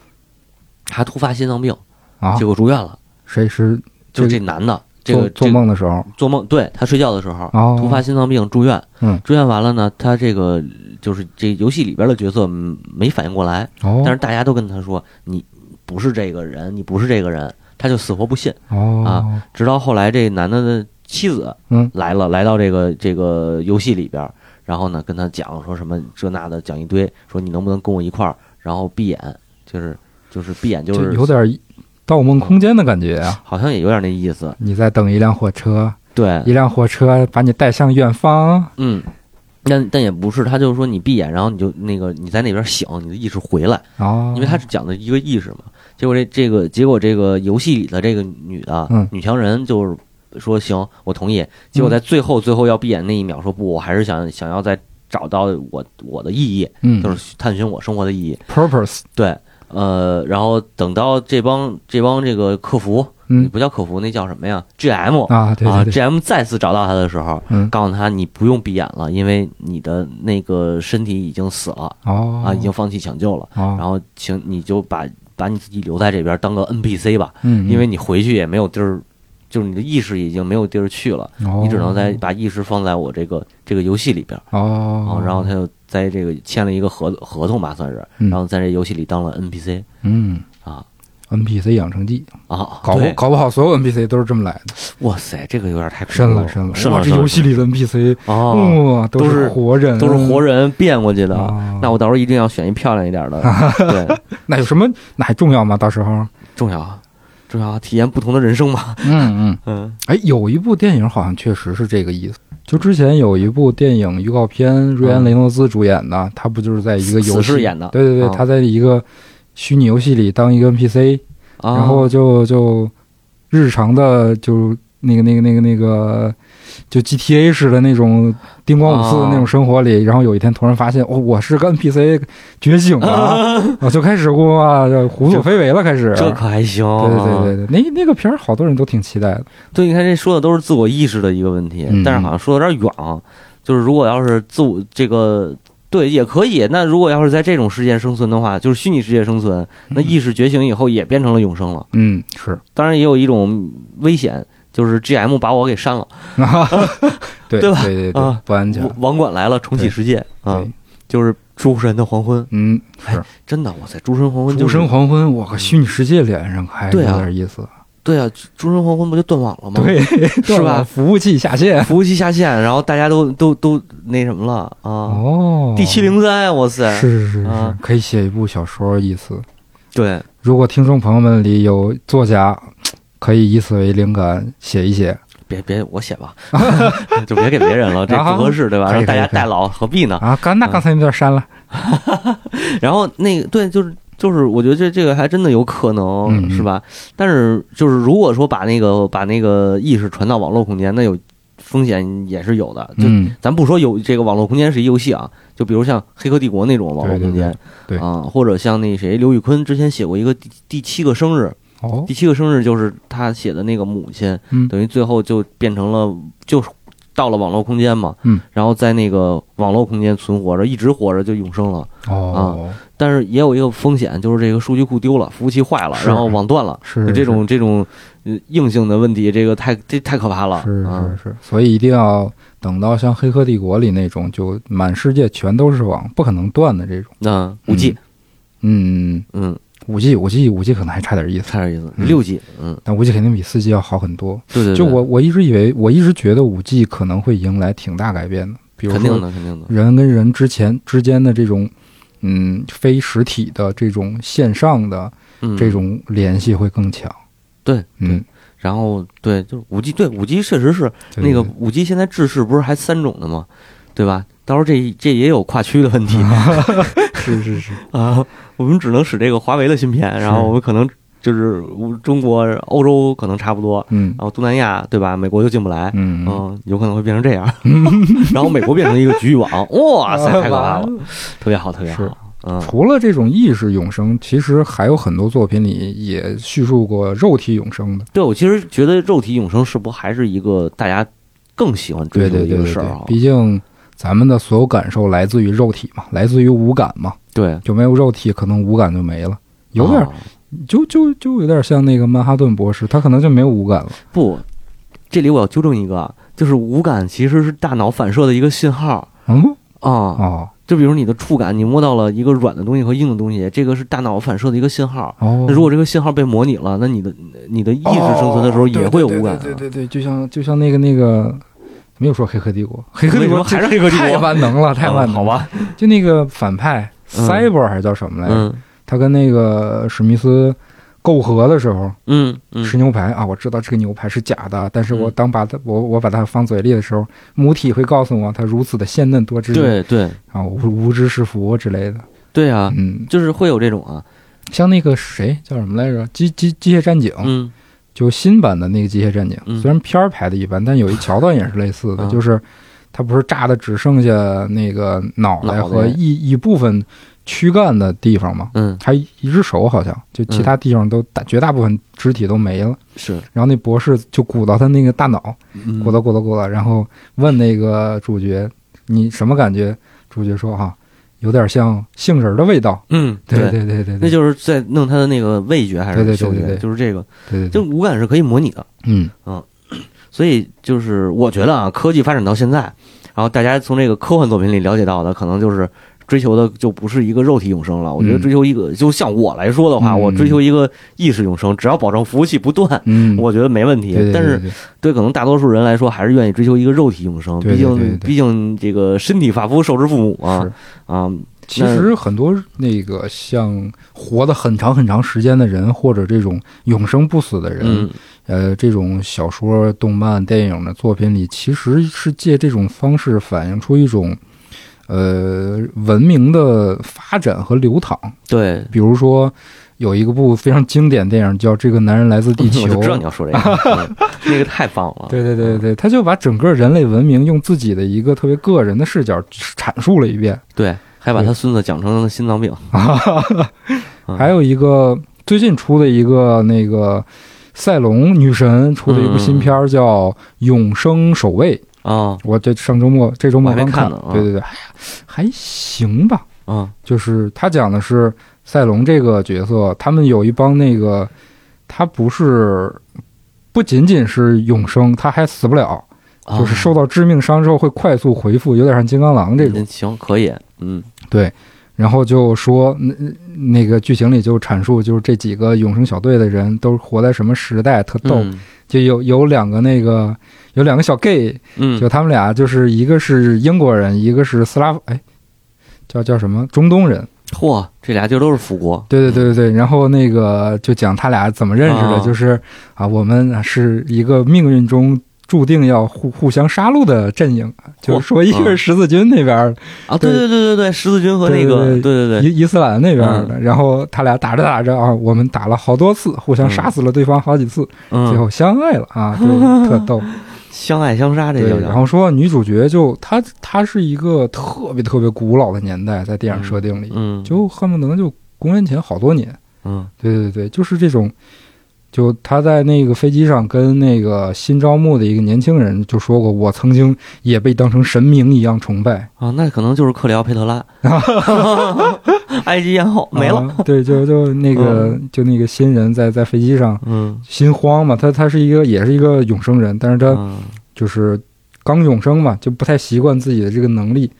他突发心脏病，
啊
结，果住院了。
谁是
就是
这
这男的，这
做
个
做梦的时候
这个做梦，对他睡觉的时候、
哦
突发心脏病住院。
嗯
住院完了呢，他这个就是这游戏里边的角色嗯没反应过来，
哦，
但是大家都跟他说你不是这个人，你不是这个人，他就死活不信。
哦
啊，直到后来这男的的妻子
嗯
来了，来到这个这个游戏里边儿，然后呢跟他讲说什么这那的，讲一堆，说你能不能跟我一块儿，然后闭眼，就是就是闭眼就
就是有点《盗梦空间》的感觉啊。
好像也有点那意思，
你在等一辆火车，
对
一，辆火车把你带向远方。
嗯。但但也不是，他就是说你闭眼，然后你就那个你在那边醒，你的意识回来，
哦，
因为他是讲的一个意识嘛。结果这这个结果这个游戏里的这个女的、
嗯
女强人就是说行，我同意。结果在最后最后要闭眼那一秒说不，我还是想想要在找到我我的意义，
嗯，
就是探寻我生活的意义。
purpose，
对，呃，然后等到这帮这帮这个客服，
嗯
不叫客服，那叫什么呀？GM
啊，对对对，
，GM 再次找到他的时候，
嗯，
告诉他你不用闭眼了，因为你的那个身体已经死了
哦
啊，已经放弃抢救了。
哦，
然后请你就把把你自己留在这边当个 NPC 吧，
嗯，
因为你回去也没有地儿，就是你的意识已经没有地儿去了，
你
你只能在把意识放在我这个这个游戏里边。啊，，
哦
然后他就在这个签了一个合合同吧，算是，
嗯
然后在这游戏里当了 NPC
嗯
啊
，NPC 养成记，
啊，
搞不
对
搞不好所有 NPC 都是这么来的，
哇塞，这个有点太
深了
深
深了，
深
哇，
了，
这
深了
游戏里嗯的 NPC，
哦，
哇，
都
是
是
活人，
都是活，人变过去的
嗯哦，
那我到时候一定要选一漂亮一 点的，对，
那有什么那还重要吗？到时候，
重要重要，体验不同的人生嘛，
嗯嗯，
嗯
哎，有一部电影好像确实是这个意思。就之前有一部电影预告片，瑞安·雷诺兹主演的，他不就是在一个游
死
戏
侍演的
对对对，
啊
他在一个虚拟游戏里当一个 NPC，
啊，
然后就就日常的就那个那个那个那个就 GTA 式的那种叮咣五四的那
啊
种生活里，然后有一天突然发现哦，我是个 NPC 觉
啊
醒了，我啊就开始哇就胡作非为了，开始。
这可还行，
对对
哦
对对，那那个片儿好多人都挺期待的。
对，你看这说的都是自我意识的一个问题，
嗯
但是好像说的有点远啊。就是如果要是自我这个对也可以，那如果要是在这种世界生存的话，就是虚拟世界生存，那意识觉醒以后也变成了永生了。
嗯，是，
当然也有一种危险，就是 GM 把我给删了，
啊 对
对吧
对对对
啊，
不安全。
网网管来了，重启世界啊
对，，
就是诸神的黄昏。
嗯，
哎
是，
真的，哇塞，诸神黄昏就
诸
是
神黄昏，我靠，虚拟世界连上还有
对啊
点意 思，
对啊，诸神黄昏不就断网了吗？，
对，
是吧
服务器下线，
服务器下线，然后大家都都都那什么了啊。
哦，
第七零三，哇塞，
是是是是
啊，
可以写一部小说意思。
对，
如果听众朋友们里有作家，可以以此为灵感写一写。
别别，我写 吧， 就别给别人了，这不合适，对吧？
啊可以
让大家
可以可以
代劳，何必呢？
啊，刚那刚才那段删了，
然后那个对，就是就是，我觉得这这个还真的有可
嗯
能，是吧？但是就是如果说把那个把那个意识传到网络空间，那有风险也是有的。就
嗯，
咱不说有这个网络空间是一游戏啊，就比如像《黑客帝国》那种网络空间，
对对对对
啊，或者像那谁刘宇昆之前写过一个第第七个生日，
哦
第，七个生日就是他写的那个母亲，
嗯
等于最后就变成了就是到了网络空间嘛，
嗯，
然后在那个网络空间存活着，一直活着就永生了。
哦，
但是也有一个风险，就是这个数据库丢了，服务器坏了，
是
然后网断了，
是
有这种这种呃硬性的问题，这个太这太可怕了。
是
啊
是是，所以一定要等到像《黑客帝国》里那种，就满世界全都是网，不可能断的这种。
那五 G，
嗯，
嗯，
五 G 五 G 五 G 可能还差点意思，
差点意思，
嗯
六 G，嗯，
但五 G 肯定比四 G 要好很多。
对对，对
就我我一直以为，我一直觉得五 G 可能会迎来挺大改变的，比如
肯
说
定的，肯定的，
人跟人之前之间的这种，嗯，非实体的这种线上的
嗯，
这种联系会更强。
对对
嗯，，
然后对，就是五 G，对五 G 确实是
对
那个
对
五 G 现在制式不是还三种呢吗？对吧？到时候这这也有跨区的问题
啊是是是，
啊，我们只能使这个华为的芯片，然后我们可能就是中国、欧洲可能差不多，
嗯
然后东南亚对吧？美国就进不来，
嗯
嗯，有可能会变成 这样，然后美国变成一个局域网，
啊
哇塞，太可怕了，特别好，特别
是
好，嗯，
除了这种意识永生，其实还有很多作品里也叙述过肉体永生的。
对我其实觉得肉体永生是不还是一个大家更喜欢追
对
求的
对
一
对
个
对
事儿
对
啊，？
毕竟咱们的所有感受来自于肉体嘛，来自于五感嘛，
对，
就没有肉体，可能五感就没了。有点
啊
就就就有点像那个曼哈顿博士，他可能就没有五感了。
不，这里我要纠正一个，就是五感其实是大脑反射的一个信号
嗯
啊。
哦
就比如你的触感，你摸到了一个软的东西和硬的东西，这个是大脑反射的一个信号。
哦，
那如果这个信号被模拟了，那你的你的意识生存的时候也会有五感
哦
啊
对。对对对对对，就像就像那个那个，没有说黑客帝国，黑客帝
为什
国
么还是黑客帝
太
国？
万能了，太万
嗯
能
好
了。
吧，
就那个反派
嗯
Cyber 还是叫什么来着？
嗯
他跟那个史密斯媾和的时候
嗯嗯
吃牛排啊，我知道这个牛排是假的，但是我
嗯
当把它我我把它放嘴里的时候，母体会告诉我它如此的鲜嫩多汁，
对对
啊，我无无知是福之类的。
对啊，
嗯，
就是会有这种啊，
像那个谁叫什么来着？机机机械战警，
嗯
就新版的那个《机械战警》，
嗯
虽然片儿拍的一般，但有一桥段也是类似的，
嗯
就是它不是炸的只剩下那个脑袋
脑
和
袋
一一部分躯干的地方嘛，
嗯，
还一只手好像，就其他地方都大、绝大部分肢体都没了。
是
然后那博士就鼓捣他那个大脑，
嗯
鼓捣鼓捣鼓捣，然后问那个主角你什么感觉？主角说啊，有点像杏仁儿的味道。
嗯，
对对对对，对
那就是在弄他的那个味觉还
对对
是
对
嗅
对
觉，
对
就是这个，
对对
就
对，
五感是可以模拟的。
嗯
所以就是我觉得啊，科技发展到现在，然后大家从这个科幻作品里了解到的，可能就是追求的就不是一个肉体永生了。我觉得
嗯
追求一个，就像我来说的话，
嗯
我追求一个意识永生，只要保证服务器不断，
嗯，
我觉得没问题。
对对对
但是
对
对可能大多数人来说，还是愿意追求一个肉体永生。
对对
毕
对对
竟
对
毕竟这个身体发肤受之父母啊
是
啊，
其实很多那个像活得很长很长时间的人，或者这种永生不死的人，
嗯
呃，这种小说、动漫、电影的作品里，其实是借这种方式反映出一种。呃，文明的发展和流淌，
对，
比如说有一个部非常经典电影叫《这个男人来自 地球
我》，就知道你要说这 个，嗯那个太棒了。
对对对对对，他就把整个人类文明用自己的一个特别个人的视角阐述了一遍。
对，还把他孙子讲成了心脏病。嗯
还有一个最近出的一个那个赛龙女神出的一部新片儿叫《永生守卫》，
啊
我这上周末这周末
我还
刚
没
看
看呢啊
对对对，哎呀还行吧。
啊
就是他讲的是赛龙这个角色，他们有一帮那个，他不是不仅仅是永生，他还死不了，
啊！
就是受到致命伤之后会快速恢复，有点像金刚狼这种。
嗯行，可以，嗯
对，然后就说那那个剧情里就阐述，就是这几个永生小队的人都活在什么时代，特逗。
嗯
就有有两个那个有两个小 gay，
嗯，
就他们俩就是一个是英国人，一个是斯拉夫，哎，叫叫什么中东人。
嚯，这俩就都是辅国，
对对对对对，然后那个就讲他俩怎么认识的，
嗯啊
就是啊，我们是一个命运中注定要互互相杀戮的阵营，就是说一个是十字军那边儿
啊！对对对对对，十字军和
对
那个，对
对
对嗯对，
伊伊斯兰那边的，然后他俩打着打着啊，我们打了好多次，互相杀死了对方好几次，最
嗯，
后相爱了啊， 对，特逗。
相爱相杀，这
对
就，
然
叫
后说女主角就她她是一个特别特别古老的年代，在电影设定里，
嗯，
就恨不得就公元前好多年。
嗯
对对对，就是这种。就她在那个飞机上跟那个新招募的一个年轻人就说过，我曾经也被当成神明一样崇拜，
啊，那可能就是克里奥佩特 拉，埃及艳后哦没了，
啊对，就就那个、就那个新人在在飞机上
嗯
心慌嘛，他他是一个也是一个永生人，但是他
嗯
就是刚永生嘛，就不太习惯自己的这个能力。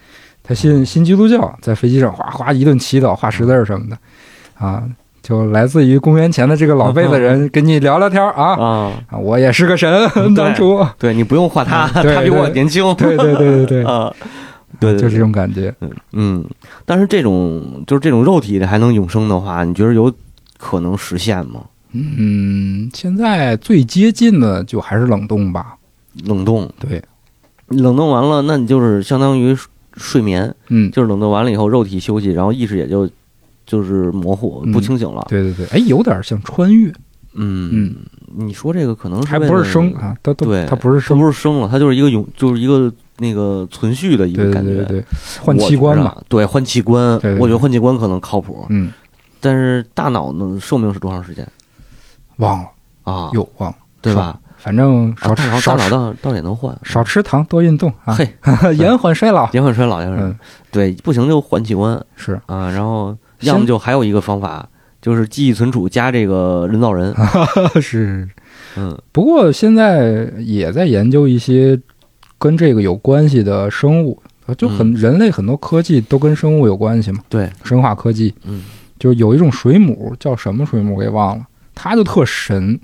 他信信基督教，在飞机上哗哗一顿祈祷、画十字儿什么的，啊，就来自于公元前的这个老辈子人跟你聊聊天儿嗯啊
啊，
啊，我也是个神，当初，
对你不用画他，
嗯对
他比我年轻，
对对对对
啊，对
对，
对，
就
对
这种感觉。
嗯，但是这种就是这种肉体的还能永生的话，你觉得有可能实现吗？
嗯，现在最接近的就还是冷冻吧，
冷冻，
对，
冷冻完了，那你就是相当于睡睡眠，
嗯，
就是冷冻完了以后，肉体休息，然后意识也就就是模糊
嗯
不清醒了。
对对对，哎，有点像穿越，
嗯
嗯，
你说这个可能是
还
为
不
了
是生，啊，它都
对，
它不是
它
生，
不是生了，它就是一个永，就是一个那个存续的一
对
个
对
感觉。
对对，换器官
我
嘛
觉，着啊，对，换器官，
对对对
我觉得换器官可能靠谱，
嗯，
但是大脑呢，寿命是多长时间
忘了，
啊？
又忘了，
对吧？
反正
啊，
少
大
吃
脑大
少
脑
吃
到到底能换？
少吃糖，多运动啊，
嘿，
延缓衰老。
延缓衰老就是、
嗯，
对，不行就换器官
是
啊，然后
行
要么就还有一个方法，就是记忆存储加这个人造人，
啊 是，
嗯
不过现在也在研究一些跟这个有关系的生物，呃就很
嗯
人类很多科技都跟生物有关系嘛，
对，
生化科技。
嗯
就有一种水母叫什么水母给忘了，它就特神，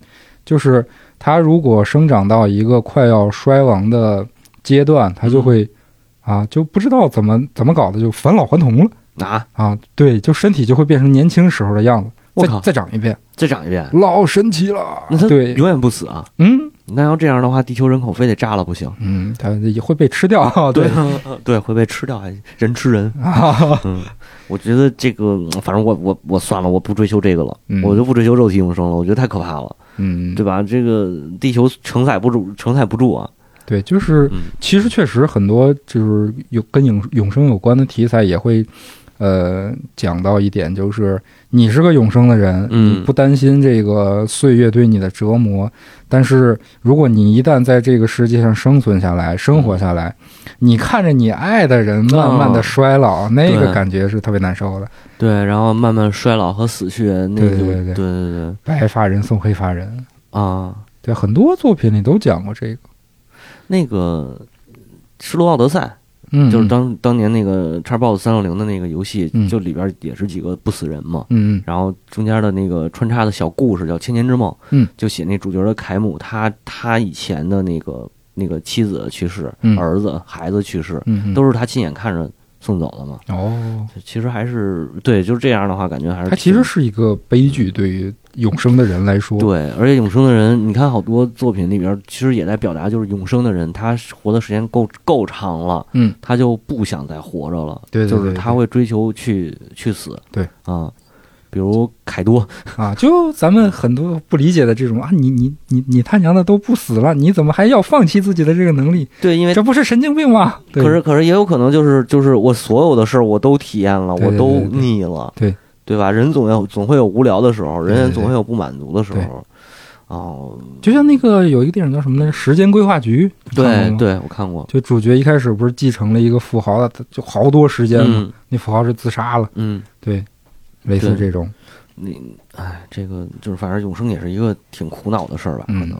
就是它如果生长到一个快要衰亡的阶段，它
嗯
就会、啊就不知道怎么怎么搞的就返老还童了
啊，
啊，对，就身体就会变成年轻时候的样子，
我
再
靠
再长一遍，
再长一遍，
老神奇了
那他。
对，
永远不死啊！
嗯
那要这样的话，地球人口非得炸了不行，
嗯，它也会被吃掉，对
啊对 对，会被吃掉，还人吃人。
啊，
嗯，我觉得这个，嗯反正我我我算了，我不追求这个了，
嗯
我就不追求肉体永生了，我觉得太可怕了，
嗯，
对吧？这个地球承载不住，承载不住啊！
对，就是
嗯
其实确实很多就是有跟永永生有关的题材也会，呃，讲到一点，就是你是个永生的人，
嗯
你不担心这个岁月对你的折磨，但是如果你一旦在这个世界上生存下来、生活下来，
嗯
你看着你爱的人慢慢的衰老，那个
哦对
感觉是特别难受的。
对，然后慢慢衰老和死去，那
对
个
对对对
对对对
白发人送黑发人，
啊，
对，很多作品里都讲过这个，
那个《失落奥德赛》
嗯，
就是当当年那个 Xbox 三六零的那个游戏
嗯，
就里边也是几个不死人嘛。
嗯嗯
然后中间的那个穿插的小故事叫《千年之梦》，
嗯，
就写那主角的凯姆，他他以前的那个那个妻子去世，
嗯
儿子孩子去世，
嗯，嗯
都是他亲眼看着送走的嘛。
哦。
其实还是对，就是这样的话，感觉还是
它其实
挺
是一个悲剧，对于永生的人来说，
对，而且永生的人，你看好多作品里边，其实也在表达，就是永生的人，他活的时间够够长了，
嗯，
他就不想再活着了，
对对对
就是他会追求去去死，
对
啊，比如凯多，
啊，就咱们很多不理解的这种啊，你你你你他娘的都不死了，你怎么还要放弃自己的这个能力？
对，因为
这不是神经病吗？对
可是可是也有可能就是就是我所有的事儿我都体验了，
对对
我都
对对
腻了，
对
对吧？人总要总会有无聊的时候，人
对对
也
对
总会有不满足的时
对
候，哦，
就像那个有一个电影叫什么来着，《时间规划局》，你看过
对
吗，
对，我看过，
就主角一开始不是继承了一个富豪的，他就好多时间嘛，
嗯
那富豪是自杀了，
嗯。
对，类似
对
这种，
你哎，这个就是反正永生也是一个挺苦恼的事儿吧，可
嗯
能、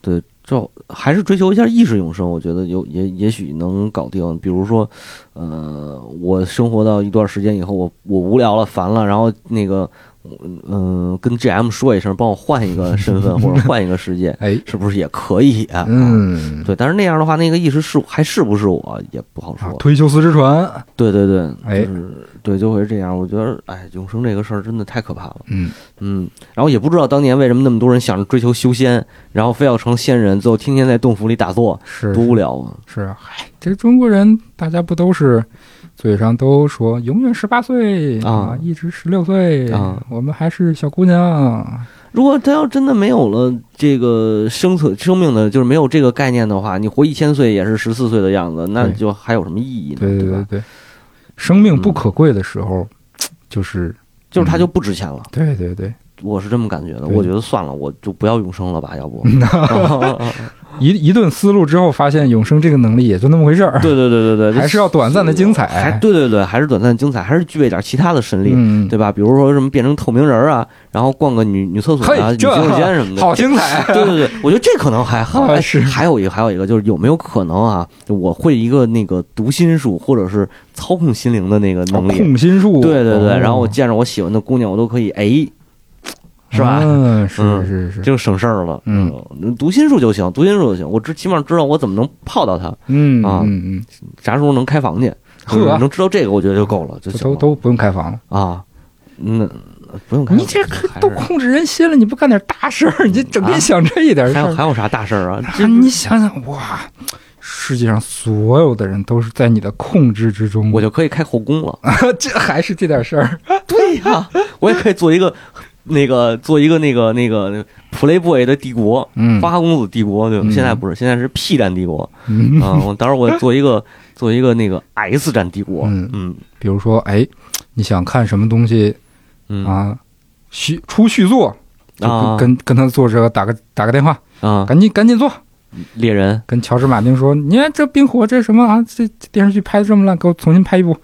对，就还是追求一下意识永生，我觉得有也也许能搞定。比如说，呃，我生活到一段时间以后，我我无聊了、烦了，然后那个，嗯、跟 GM 说一声，帮我换一 个身份或者换一个世界，
哎，
是不是也可以、啊？，
嗯，
对，但是那样的话，那个意识是还是不是我也不好说。
啊，推修斯之船，
对对对，
哎
就是对，就会是这样。我觉得，哎，永生这个事儿真的太可怕了。
嗯，
嗯，然后也不知道当年为什么那么多人想着追求修仙，然后非要成仙人，最后天天在洞府里打坐，
是
多无聊啊！
是啊，嗨，这中国人大家不都是嘴上都说永远十八岁
啊
一直十六岁
啊，
我们还是小姑娘。
如果他要真的没有了这个生存生命的，就是没有这个概念的话，你活一千岁也是十四岁的样子，那
对
就还有什么意义呢？
对对对
吧？嗯
对，生命不可贵的时候，就是
就是它就不值钱了，
对对对，
我是这么感觉的。
对
我觉得算了，我就不要永生了 吧，要不？
一一顿思路之后，发现永生这个能力也就那么回事儿。
对对对对对，
还是要短暂的精彩
还对对对，还是短暂的精彩，还是具备点其他的神力。
嗯，
对吧？比如说什么变成透明人儿啊，然后逛个女女厕所啊、女
嘿，
洗
这
手间什么的，
好精彩。
对对对，我觉得这可能还好。
啊
哎
是
还有一个，还有一个就是有没有可能啊？就我会一个那个读心术，或者是操控心灵的那个能力。
哦控心术，
对对对，
哦
然后我见着我喜欢的姑娘，我都可以哎，是吧？
嗯，是
嗯
是是，
就省事儿了。
嗯，
读心术就行，读心术就行。我知起码知道我怎么能泡到她，
嗯
啊
嗯嗯，
啥时候能开房去，
呵
就是能知道这个，我觉得就够了，就
这
行
都
了。
都不用开房了。
啊，那不用开房。
你这可
还
都
是
控制人心了，你不干点大事儿，你就整天
啊
想这一点事
还
儿。
有还有啥大事儿啊？
啊你想想，哇，世界上所有的人都是在你的控制之中，啊
我就可以开后宫 了。
这还是这点事儿。
对呀、 我也可以做一个那个做一个那个那个那个 Playboy 的帝国，
嗯
花花公子帝国。对吧，
嗯
现在不是，现在是 P 战帝国
嗯，
啊。我到时候我做一个做一个那个 S 战帝国。
嗯
嗯
比如说，哎，你想看什么东西
嗯
啊？续出续作，就
啊
跟跟他作者打个打个电话，
啊！
赶紧赶紧做。
猎人
跟乔治马丁说，你看这冰火这什么啊？这这电视剧拍的这么烂，给我重新拍一部。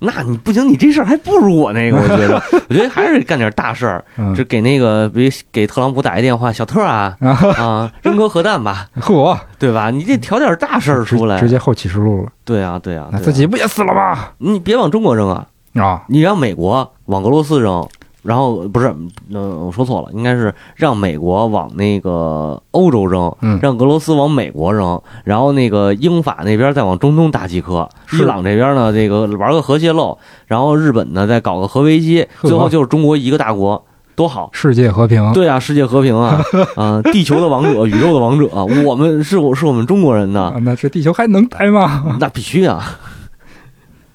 那你不行，你这事儿还不如我那个，我觉 得，我觉得还是干点大事儿，
嗯
就，给那个，比如给特朗普打一电话，小特 啊啊，扔颗核弹吧，
嚯，
对吧？你得挑点大事儿
直
出来
直，接后启示录了，
对啊，对啊，
那
对啊
自己不也死了吗？
你别往中国扔啊，
啊，
你让美国往俄罗斯扔，然后不是，嗯，我说错了，应该是让美国往那个欧洲扔，
嗯
让俄罗斯往美国扔，然后那个英法那边再往中东打几颗，
是
伊朗这边呢，这个玩个核泄漏，然后日本呢再搞个核危机，
呵
最后就是中国一个大国，多好。
世界和平。
对啊，世界和平 啊，啊、地球的王者，宇宙的王者，啊我们是我是我们中国人呐，
啊，那这地球还能待吗？
那必须啊。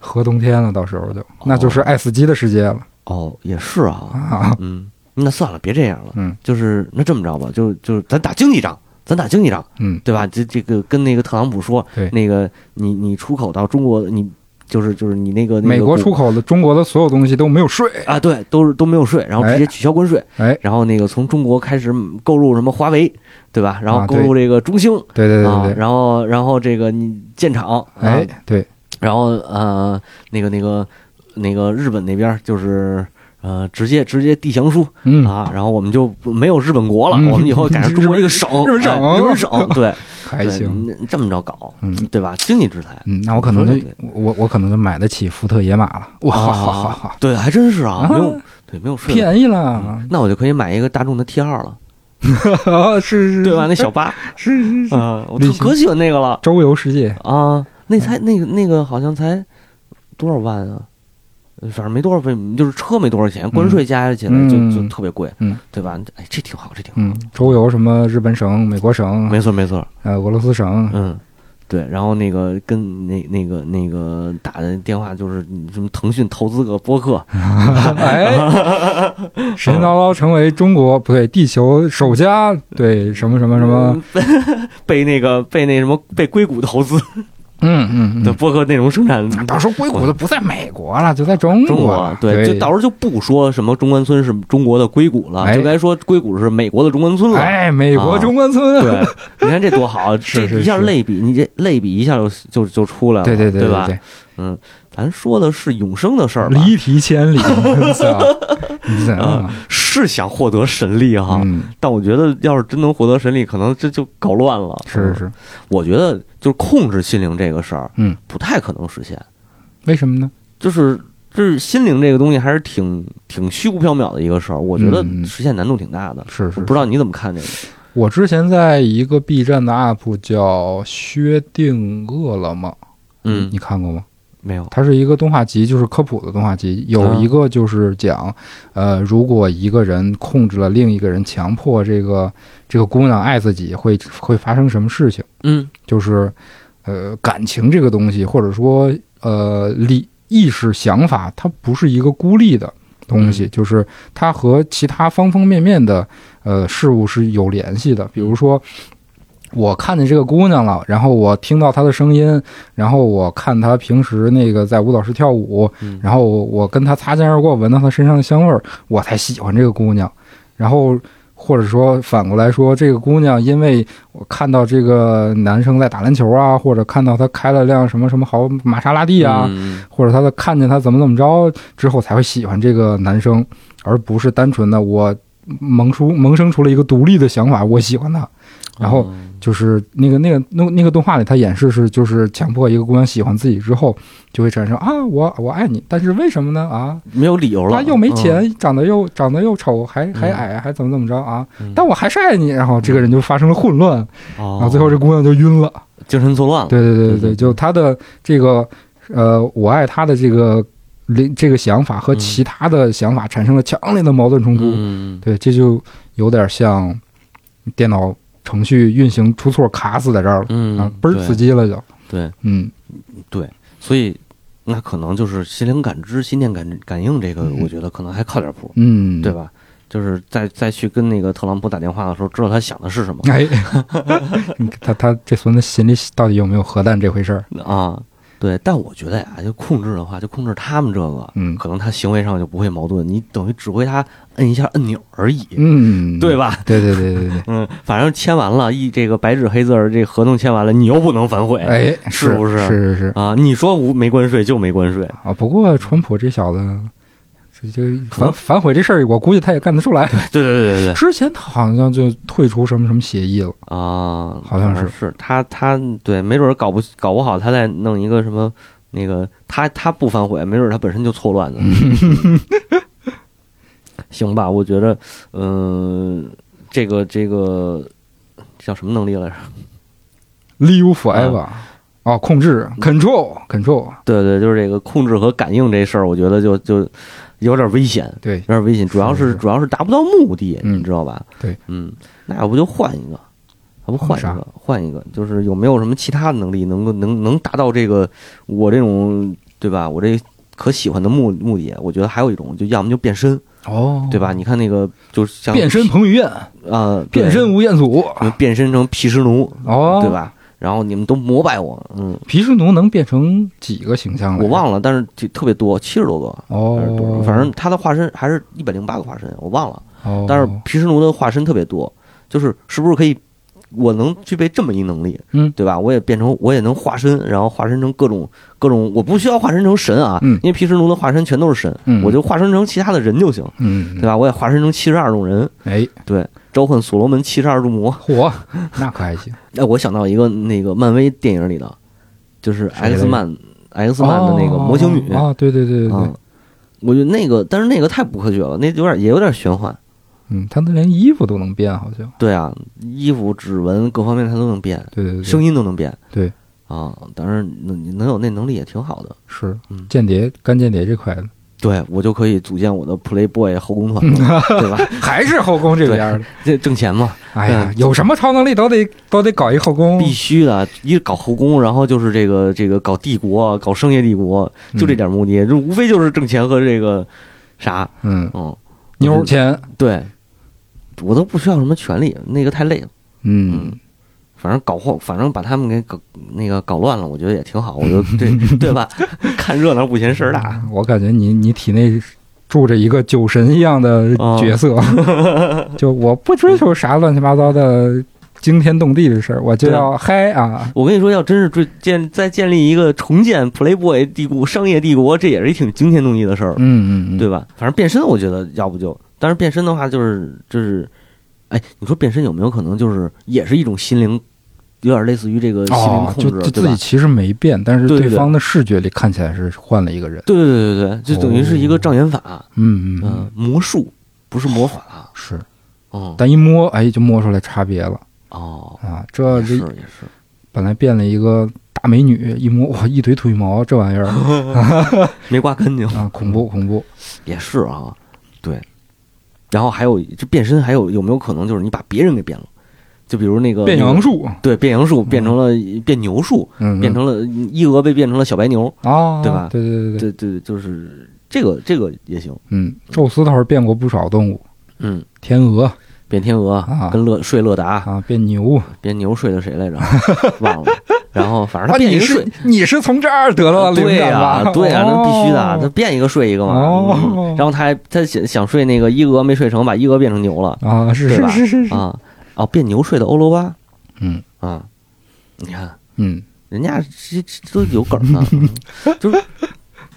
核冬天了，到时候就那就是爱死机的世界了
哦，也是啊，
啊！
嗯，那算了，别这样了。
嗯，
就是那这么着吧，就就是咱打经济仗，咱打经济仗，
嗯，
对吧？这这个跟那个特朗普说
对，
那个你你出口到中国，你就是就是你那个、那个、
美国出口的中国的所有东西都没有税，
啊，对，都是都没有税，然后直接取消关税，
哎，
然后那个从中国开始购入什么华为，对吧？然后
啊
购
对
入这个中兴
对对
啊
对对，
然后然后这个你建厂，啊
哎，，对，
然后呃，那个那个那个日本那边就是呃，直接直接递降书
嗯，
啊，然后我们就没有日本国了，
嗯
我们以后改成中国这个省，
日本省
哎日本 省，对，
还行，
对，你这么着搞，
嗯
对吧？经济制裁，
嗯，那我可能就
对对
我我可能就买得起福特野马了，哇，哈哈哈
啊嗯
哈，
对，还真是啊，
啊
没有对没有税了，
便宜了，
那我就可以买一个大众的 T 二了，
是是，
对吧？那小八
是是是，
啊，我特
旅行
可喜欢那个了
周游世界，
啊，那才那个那个好像才多少万啊？呃反正没多少费，就是车没多少钱，关税加起来就
嗯
就特别贵，
嗯，
对吧？哎，这挺好，这挺好。
嗯，周游什么日本省、美国省、
没错没错，
呃俄罗斯省，
嗯，对。然后那个跟那那个那个打的电话就是你什么腾讯投资个播客，
哎，神叨叨成为中国不对地球首家，对什么什么什么，
嗯被那个被那什么被硅谷投资
嗯嗯
的
嗯，
播客内容生产。
到时候硅谷都不在美国了，就在中
中
国了
国，对，就到时候就不说什么中关村是中国的硅谷了，
哎
就该说硅谷是美国的中关村了。
哎，美国
啊
中关村，
对，你看这多 好，
是
这
是
一下
是
类比，你这类比一下就就就出来了，
对对对
吧？
对，
咱说的是永生的事儿吧？
离题千里，操你怎么
啊是想获得神力哈、
嗯，
但我觉得要是真能获得神力，可能这就搞乱了。
是，是，
我觉得就是控制心灵这个事儿，
嗯，
不太可能实现。
为什么呢？
就是就是心灵这个东西还是挺挺虚无缥缈的一个事儿，我觉得
嗯嗯
实现难度挺大的。
是
我
是
不，知道你怎么看这个？
我之前在一个 B 站的 UP 叫薛定谔了吗？
嗯
你，看过吗？
没有，
它是一个动画集，就是科普的动画集。有
啊
一个就是讲，呃，如果一个人控制了另一个人，强迫这个这个姑娘爱自己，会会发生什么事情？
嗯
就是，呃，感情这个东西，或者说呃理意识想法，它不是一个孤立的东西，
嗯
就是它和其他方方面面的呃事物是有联系的。比如说，我看见这个姑娘了，然后我听到她的声音，然后我看她平时那个在舞蹈室跳舞，
嗯
然后我跟她擦肩而过，闻到她身上的香味儿，我才喜欢这个姑娘。然后或者说反过来说，这个姑娘因为我看到这个男生在打篮球啊，或者看到他开了辆什么什么好玛莎拉蒂啊，
嗯
或者他在看见他怎么怎么着之后才会喜欢这个男生，而不是单纯的我萌出萌生出了一个独立的想法，我喜欢他。然后
嗯
就是那个那个那那个动画里，他演示是就是强迫一个姑娘喜欢自己之后，就会产生啊我我爱你，但是为什么呢啊？
没有理由了，
他又没
嗯
钱，长得又长得又丑，还还
嗯
矮，还怎么怎么着啊？
嗯
但我还是爱你。然后这个人就发生了混乱，
哦
然后最后这姑娘就晕了。
精神错乱了。
对对对
对
对
对
对，就他的这个呃，我爱他的这个灵这个想法和
嗯
其他的想法产生了强烈的矛盾冲突。
嗯，
对，这就有点像电脑程序运行出错卡死在这儿了、
嗯
啊，倍儿
对
刺激了就。
对，
嗯，
所以那可能就是心灵感知、心电感感应这个，
嗯
我觉得可能还靠点谱，
嗯，
对？吧？就是再再去跟那个特朗普打电话的时候，知道他想的是什么
哎， 你看他他这孙子心里到底有没有核弹这回事儿？
啊？对，但我觉得呀，就控制的话，就控制他们这个，
嗯
可能他行为上就不会矛盾，你等于指挥他摁一下按钮而已，
嗯，
对？吧？
对对对对对，
嗯，反正签完了，一这个白纸黑字儿，这合同签完了，你又不能反悔，
哎，
是不是
是是是
啊，你说无没关税就没关税，
啊，不过川普这小子，这这反反悔这事儿，我估计他也干得出来。
对对对对对，
之前他好像就退出什么什么协议了，
啊，
好像是
是他他对，没准儿搞不搞不好，他再弄一个什么那个，他他不反悔，没准儿他本身就错乱了。
嗯
行吧，我觉着，嗯、这个这个叫什么能力来着？
利乌 forever，、哦，
嗯
控制 control control，
对对，就是这个控制和感应这事儿，我觉得就就有点危险，
对
有，点危险，主要
是
是
是
主要是达不到目的，
嗯
你知道吧？
对，
嗯，那要不就换一个，要不换一
换
个，换一个，就是有没有什么其他的能力能够能能达到这个我这种对吧？我这可喜欢的目目的，我觉得还有一种，就要么就变身，
哦，
对吧？你看那个就是像
变身彭于晏，
啊，对
变身吴彦祖，
你们变身成毗湿奴，
哦，
对？吧？然后你们都膜拜我，嗯，
皮什奴能变成几个形象来着？
我忘了，但是就特别多，七十多个。还是多
哦
少，反正他的化身还是一百零八个化身，我忘了。
哦，
但是毗湿奴的化身特别多，就是是不是可以，我能具备这么一能力，
嗯
对吧？我也变成我也能化身，然后化身成各种各种，我不需要化身成神啊，
嗯
因为毗湿奴的化身全都是神，
嗯
我就化身成其他的人就行，
嗯，
对吧？我也化身成七十二种人，
哎，
对，召唤所罗门七十二柱魔。
嚯， 那可还行，
哎，我想到一个那个漫威电影里的，就是
谁来
X
着
曼 X 曼的那个魔形女
哦哦哦啊，对对对对对
啊，，我觉得那个，但是那个太不科学了，那有点也有点玄幻。
嗯，他那连衣服都能变，好像，
对啊，衣服、指纹各方面它都能变，
对对对，
声
音
音都能变。
对
啊，当然能你能有那能力也挺好的。
是
嗯
间谍干间谍这块的，
对我就可以组建我的 Playboy 后宫团 了，对吧？
还是后宫这
对
边儿的，
这挣钱 嘛，
哎呀，
嗯
有什么超能力都得都得搞一后宫，
必须的。一搞后宫，然后就是这个这个搞帝国，啊搞商业帝国，就这点目的，就无非就是挣钱和这个啥，
嗯，
嗯，
妞儿钱，
对，我都不需要什么权利，那个太累了。
嗯，
反正搞后，反正把他们给搞那个搞乱了，我觉得也挺好。我就对 对吧？看热闹不嫌事儿大。
嗯我感觉你你体内住着一个酒神一样的
哦
角色，就我不追求啥乱七八糟的惊天动地的事儿，我就要嗨啊！
我跟你说，要真是追建再建立一个重建 Playboy 帝国、商业帝国，这也是一挺惊天动地的事儿，
嗯嗯嗯，
对吧？反正变身，我觉得要不就，但是变身的话，就是就是，哎，你说变身有没有可能就是也是一种心灵，有点类似于这个心灵
哦，
控
就
制，对
就自己
吧？
其实没变，但是
对对
对
对
方的视觉里看起来是换了一个人。
对对对对对，就等于是一个障眼法，
嗯嗯
嗯、
嗯，
魔术不是魔法，
是，
嗯，
但一摸哎就摸出来差别了
哦，
啊！这
也是
这
也是，
本来变了一个大美女，一摸哇一堆腿毛，这玩意儿
没刮干净，
啊恐怖恐怖！
也是啊，对。然后还有这变身，还有有没有可能就是你把别人给变了？就比如那个
变
呃那个
杨树，嗯
对，变杨树变成了变牛树，
嗯，嗯
变成了一鹅被变成了小白牛，
啊，
对吧
对对对对，
对对，就是这个这个也行，
嗯，宙斯倒是变过不少动物，
嗯，
天鹅
变天鹅
啊
跟乐睡乐达，
啊，变牛
变牛睡的谁 来着？忘了。然后反正
啊，
他变一
你
个睡
是，你是从这儿得到
啊
的
对
灵
呀、
感吧？
对呀、那必须的，他
哦
变一个睡一个嘛。
哦
嗯然后他还他想想睡那个一鹅没睡成，把一鹅变成牛了
啊，是
对
是
吧
是是是，
啊哦，变牛睡的欧罗巴
嗯
啊，你看
嗯，
人家这这都有梗 呢，嗯就是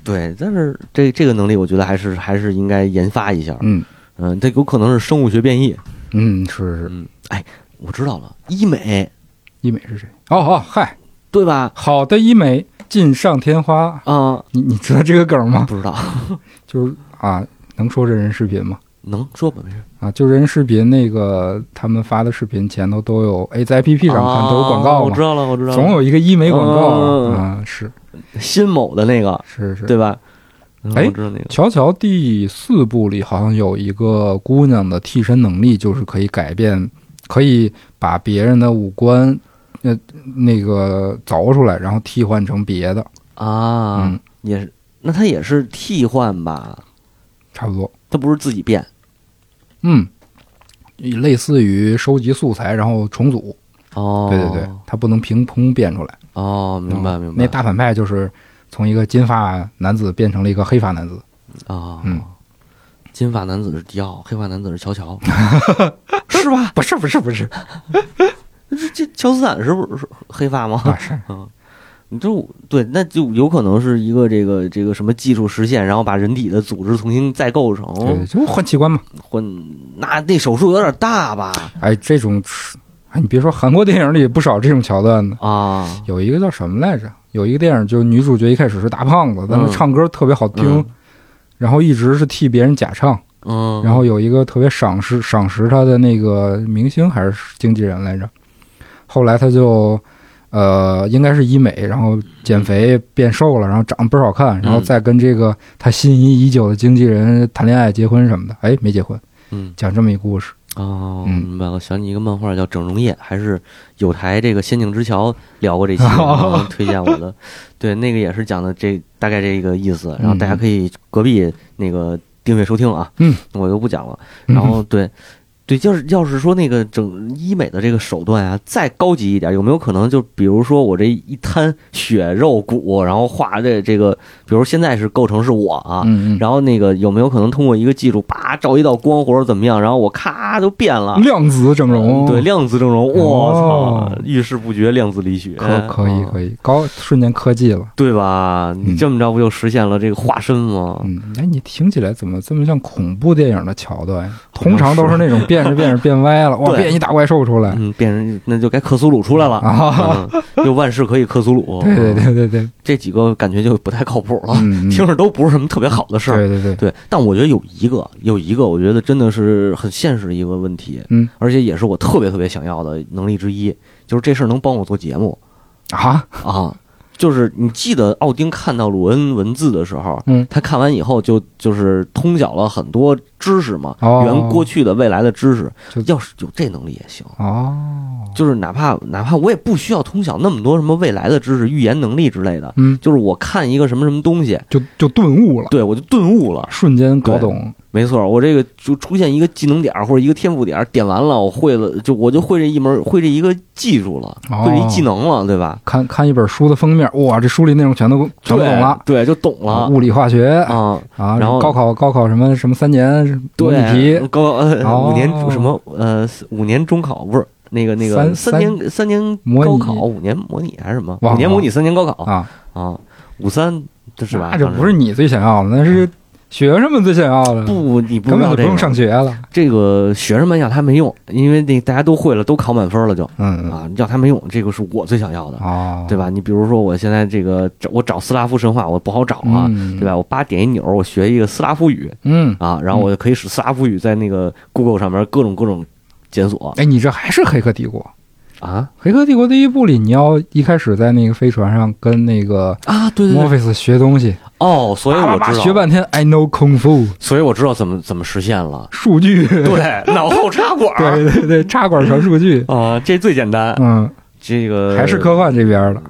对，但是这这个能力，我觉得还是还是应该研发一下。
嗯
嗯，这有可能是生物学变异。
嗯，是是，
嗯，哎，我知道了，医美
医美是谁？哦哦，嗨，
对吧？
好的医美锦上添花，
啊，
你你知道这个梗吗？
不知道，
就是啊，能说真人视频吗？
能说吧？没事。
啊，就人视频那个他们发的视频前头都有，哎，在 APP 上看都有广
啊
告
我知
嘛，
道了，我知道了。
总有一个医美广告
嗯嗯嗯
啊，是
新某的那个，
是是，
对吧？嗯
哎
我知道那个。
乔乔第四部里好像有一个姑娘的替身能力，就是可以改变，可以把别人的五官，呃，那个凿出来，然后替换成别的，
啊，
嗯
也是，那他也是替换吧？
差不多。
他不是自己变
嗯，类似于收集素材，然后重组。
哦？
对对对，它不能凭空变出来。
哦，明白
嗯
明白。
那大反派就是从一个金发男子变成了一个黑发男子。
啊，
嗯，
金发男子是迪奥，黑发男子是乔 乔，是吧？啊
不是不是不是，
这这乔斯坦是不是黑发吗？
啊是
你这对，那就有可能是一个这个这个什么技术实现，然后把人体的组织重新再构
对，
成，
就换器官嘛。
或那那手术有点大吧？
哎，这种，哎，你别说，韩国电影里也不少这种桥段呢。
啊，
有一个叫什么来着？有一个电影，就是女主角一开始是大胖子，但
嗯
是唱歌特别好听，
嗯
然后一直是替别人假唱，
嗯，
然后有一个特别赏识赏识她的那个明星还是经纪人来着，后来她就。呃，应该是医美，然后减
嗯
肥变瘦了，然后长得倍儿好看，然后再跟这个她心仪已久的经纪人谈恋爱、结婚什么的。哎，没结婚，
嗯
讲这么一故事。
哦，
嗯
明白了，想起一个漫画叫《整容夜》，还是有台这个《仙境之桥》聊 过这期，然后推荐我的，对，那个也是讲的这大概这个意思，然后大家可以隔壁那个订阅收听啊，
嗯，
我就不讲了。然后对，对，就是要是说那个整医美的这个手段啊，再高级一点，有没有可能就比如说我这一摊血肉骨，然后画这这个，比如现在是构成是我啊，
嗯，
然后那个有没有可能通过一个技术，叭照一道光或者怎么样，然后我咔就变了
嗯，量子整容，
啊呃对，量子整容，我操
哦，
遇事不决，量子嗯力学，
可可以
以，
可以，高瞬间科技了。
对吧？你这么着不就实现了这个化身吗？
嗯，哎，你听起来怎么这么像恐怖电影的桥段？通常都是那种变着变着变歪 了，哇，
对
变一大怪兽出来
嗯，变成那就该克苏鲁出来了，
啊！
嗯就万事可以克苏鲁。
对
嗯，
对对对对，
这几个感觉就不太靠谱了，
嗯，嗯
听着都不是什么特别好的事儿。
对对对，
对，但我觉得有一个，有一个，我觉得真的是很现实的一个问题，
嗯，
而且也是我特别特别想要的能力之一，就是这事儿能帮我做节 目
啊，
啊。就是你记得奥丁看到鲁恩文字的时候，
嗯，
他看完以后就就是通晓了很多知识嘛，
哦
原过去的、未来的知识
就。
要是有这能力也行，
哦，
就是哪怕哪怕我也不需要通晓那么多什么未来的知识、预言能力之类的，
嗯，
就是我看一个什么什么东西，
就就顿悟了，
对我就顿悟了。
瞬间搞懂，
没错，我这个就出现一个技能点儿或者一个天赋点儿，点完了我会了，就我就会这一门，会这一个技术了，
哦
会这一技能了，对吧？
看看一本书的封面，哇，这书里内容全都全都懂了，
对，对就懂了
物理化学
啊。
啊，
然后
高考高考什么什么三年什么模拟
对，
题，
高呃
哦
五年什么呃五年中考不是那个那个
三
三年三年
模
高
拟
考五年模拟还是什么
忘
五
了
年模拟三年高考
啊，
啊五三这是吧？
那这
当时嗯
不是你最想要的，那是学生们最想要的，
不你不
根
知
本
道
就不
这
用
个
上学了，
这个学生们要它没用，因为那大家都会了，都考满分了就
嗯
啊要它没用，这个是我最想要的。
哦，
对吧？你比如说，我现在这个找我找斯拉夫神话，我不好找啊，
嗯
对吧？我叭点一钮，我学一个斯拉夫语
嗯，
啊，然后我就可以使斯拉夫语在那个 Google 上面各种各种检索
哎，你这还是《黑客帝国》。
啊
《黑客帝国》第一部里，你要一开始在那个飞船上跟那个
啊！对对
墨
对，
菲斯学东西，
哦，所以我
叭叭叭
知
学
道，
半天 I know kung fu。
所以我知道怎么怎么实现了
数据，
对，脑后插管儿
对对对，插管传数据，
啊，这最简单。
嗯，
这个
还是科幻这边的，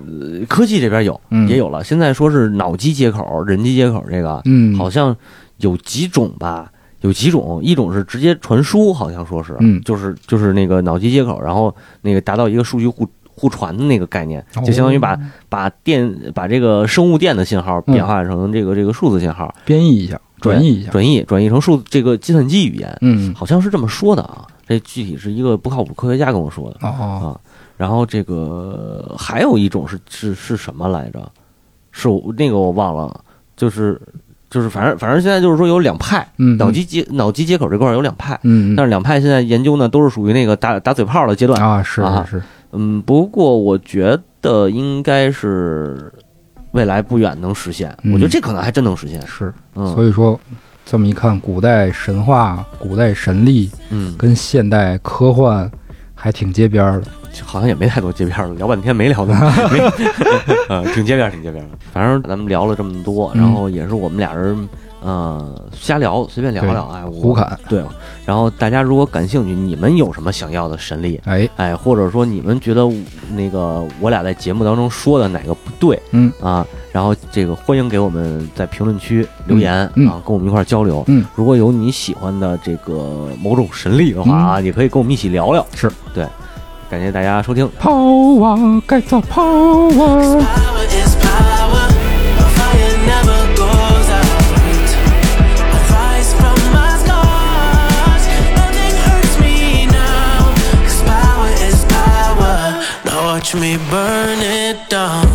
科技这边有
嗯
呃也有了，现在说是脑机接口、人机接口这个，
嗯，
好像有几种吧，有几种，一种是直接传输，好像说是，
嗯
就是就是那个脑机接口，然后那个达到一个数据互互传的那个概念
哦，
就相当于把、把电把这个生物电的信号变化成这个、这个数字信号，
编译一下，转译一下，
转译转译成数这个计算机语言，
嗯，
好像是这么说的啊，这具体是一个不靠谱科学家跟我说的。
哦，
然后这个还有一种是是是什么来着？是我那个我忘了，就是就是反正反正现在就是说有两派，
嗯，
脑机接脑机接口这块儿有两派，
嗯，嗯，
但
嗯
是两派现在研究呢都是属于那个打打嘴炮的阶段。
啊，是
啊
是是，
嗯，不过我觉得应该是未来不远能实现，
嗯
我觉得这可能还真能实现。
是，
嗯
所以说。这么一看，古代神话、古代神力
嗯，
跟现代科幻还挺接边儿的。
好像也没太多接边儿了，聊半天没聊 那么，没呃，挺接边儿，挺接边儿的。反正咱们聊了这么多，
嗯
然后也是我们俩人，呃，瞎聊，随便聊聊，哎，我
胡。侃，
对，然后大家如果感兴趣，你们有什么想要的神力？
哎，
哎，或者说你们觉得那个我俩在节目当中说的哪个不对，
嗯
啊，然后这个欢迎给我们在评论区留言、
嗯
啊，跟我们一块儿交流。
嗯，
如果有你喜欢的这个某种神力的话啊，也可以跟我们一起聊聊。
是
对，感谢大家收听。
抛啊，该造抛啊。
Power is power. A fire never goes out. I rise from my scars. Nothing hurts me now. 'Cause power is power. Now watch me burn it down.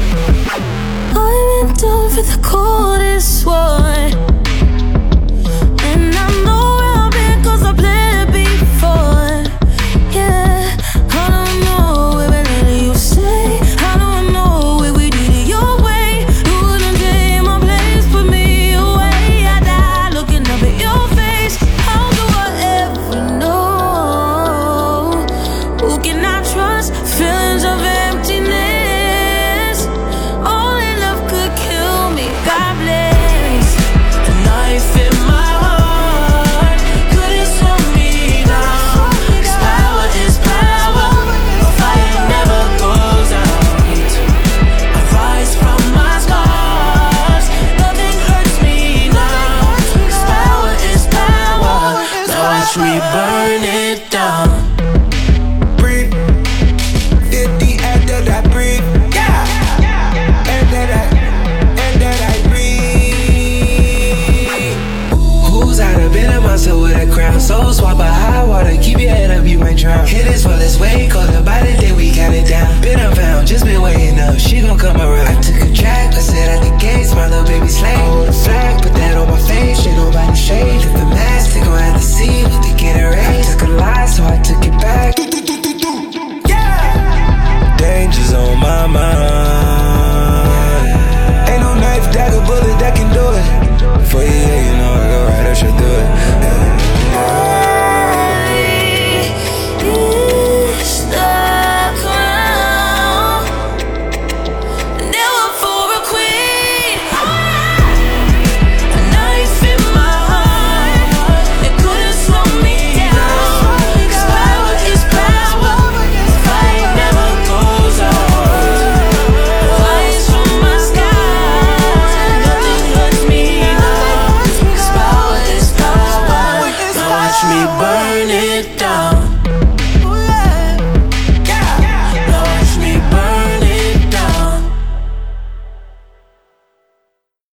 I went over the coldest one. And I know I'll be cause I played it before. Yeah, I don't know where we let you stay. I don't know where we did it your way. You wouldn't take my place, put me away. I die looking up.
way. Call her by the day we got it down. Been around, just been waiting up. She gon' come around.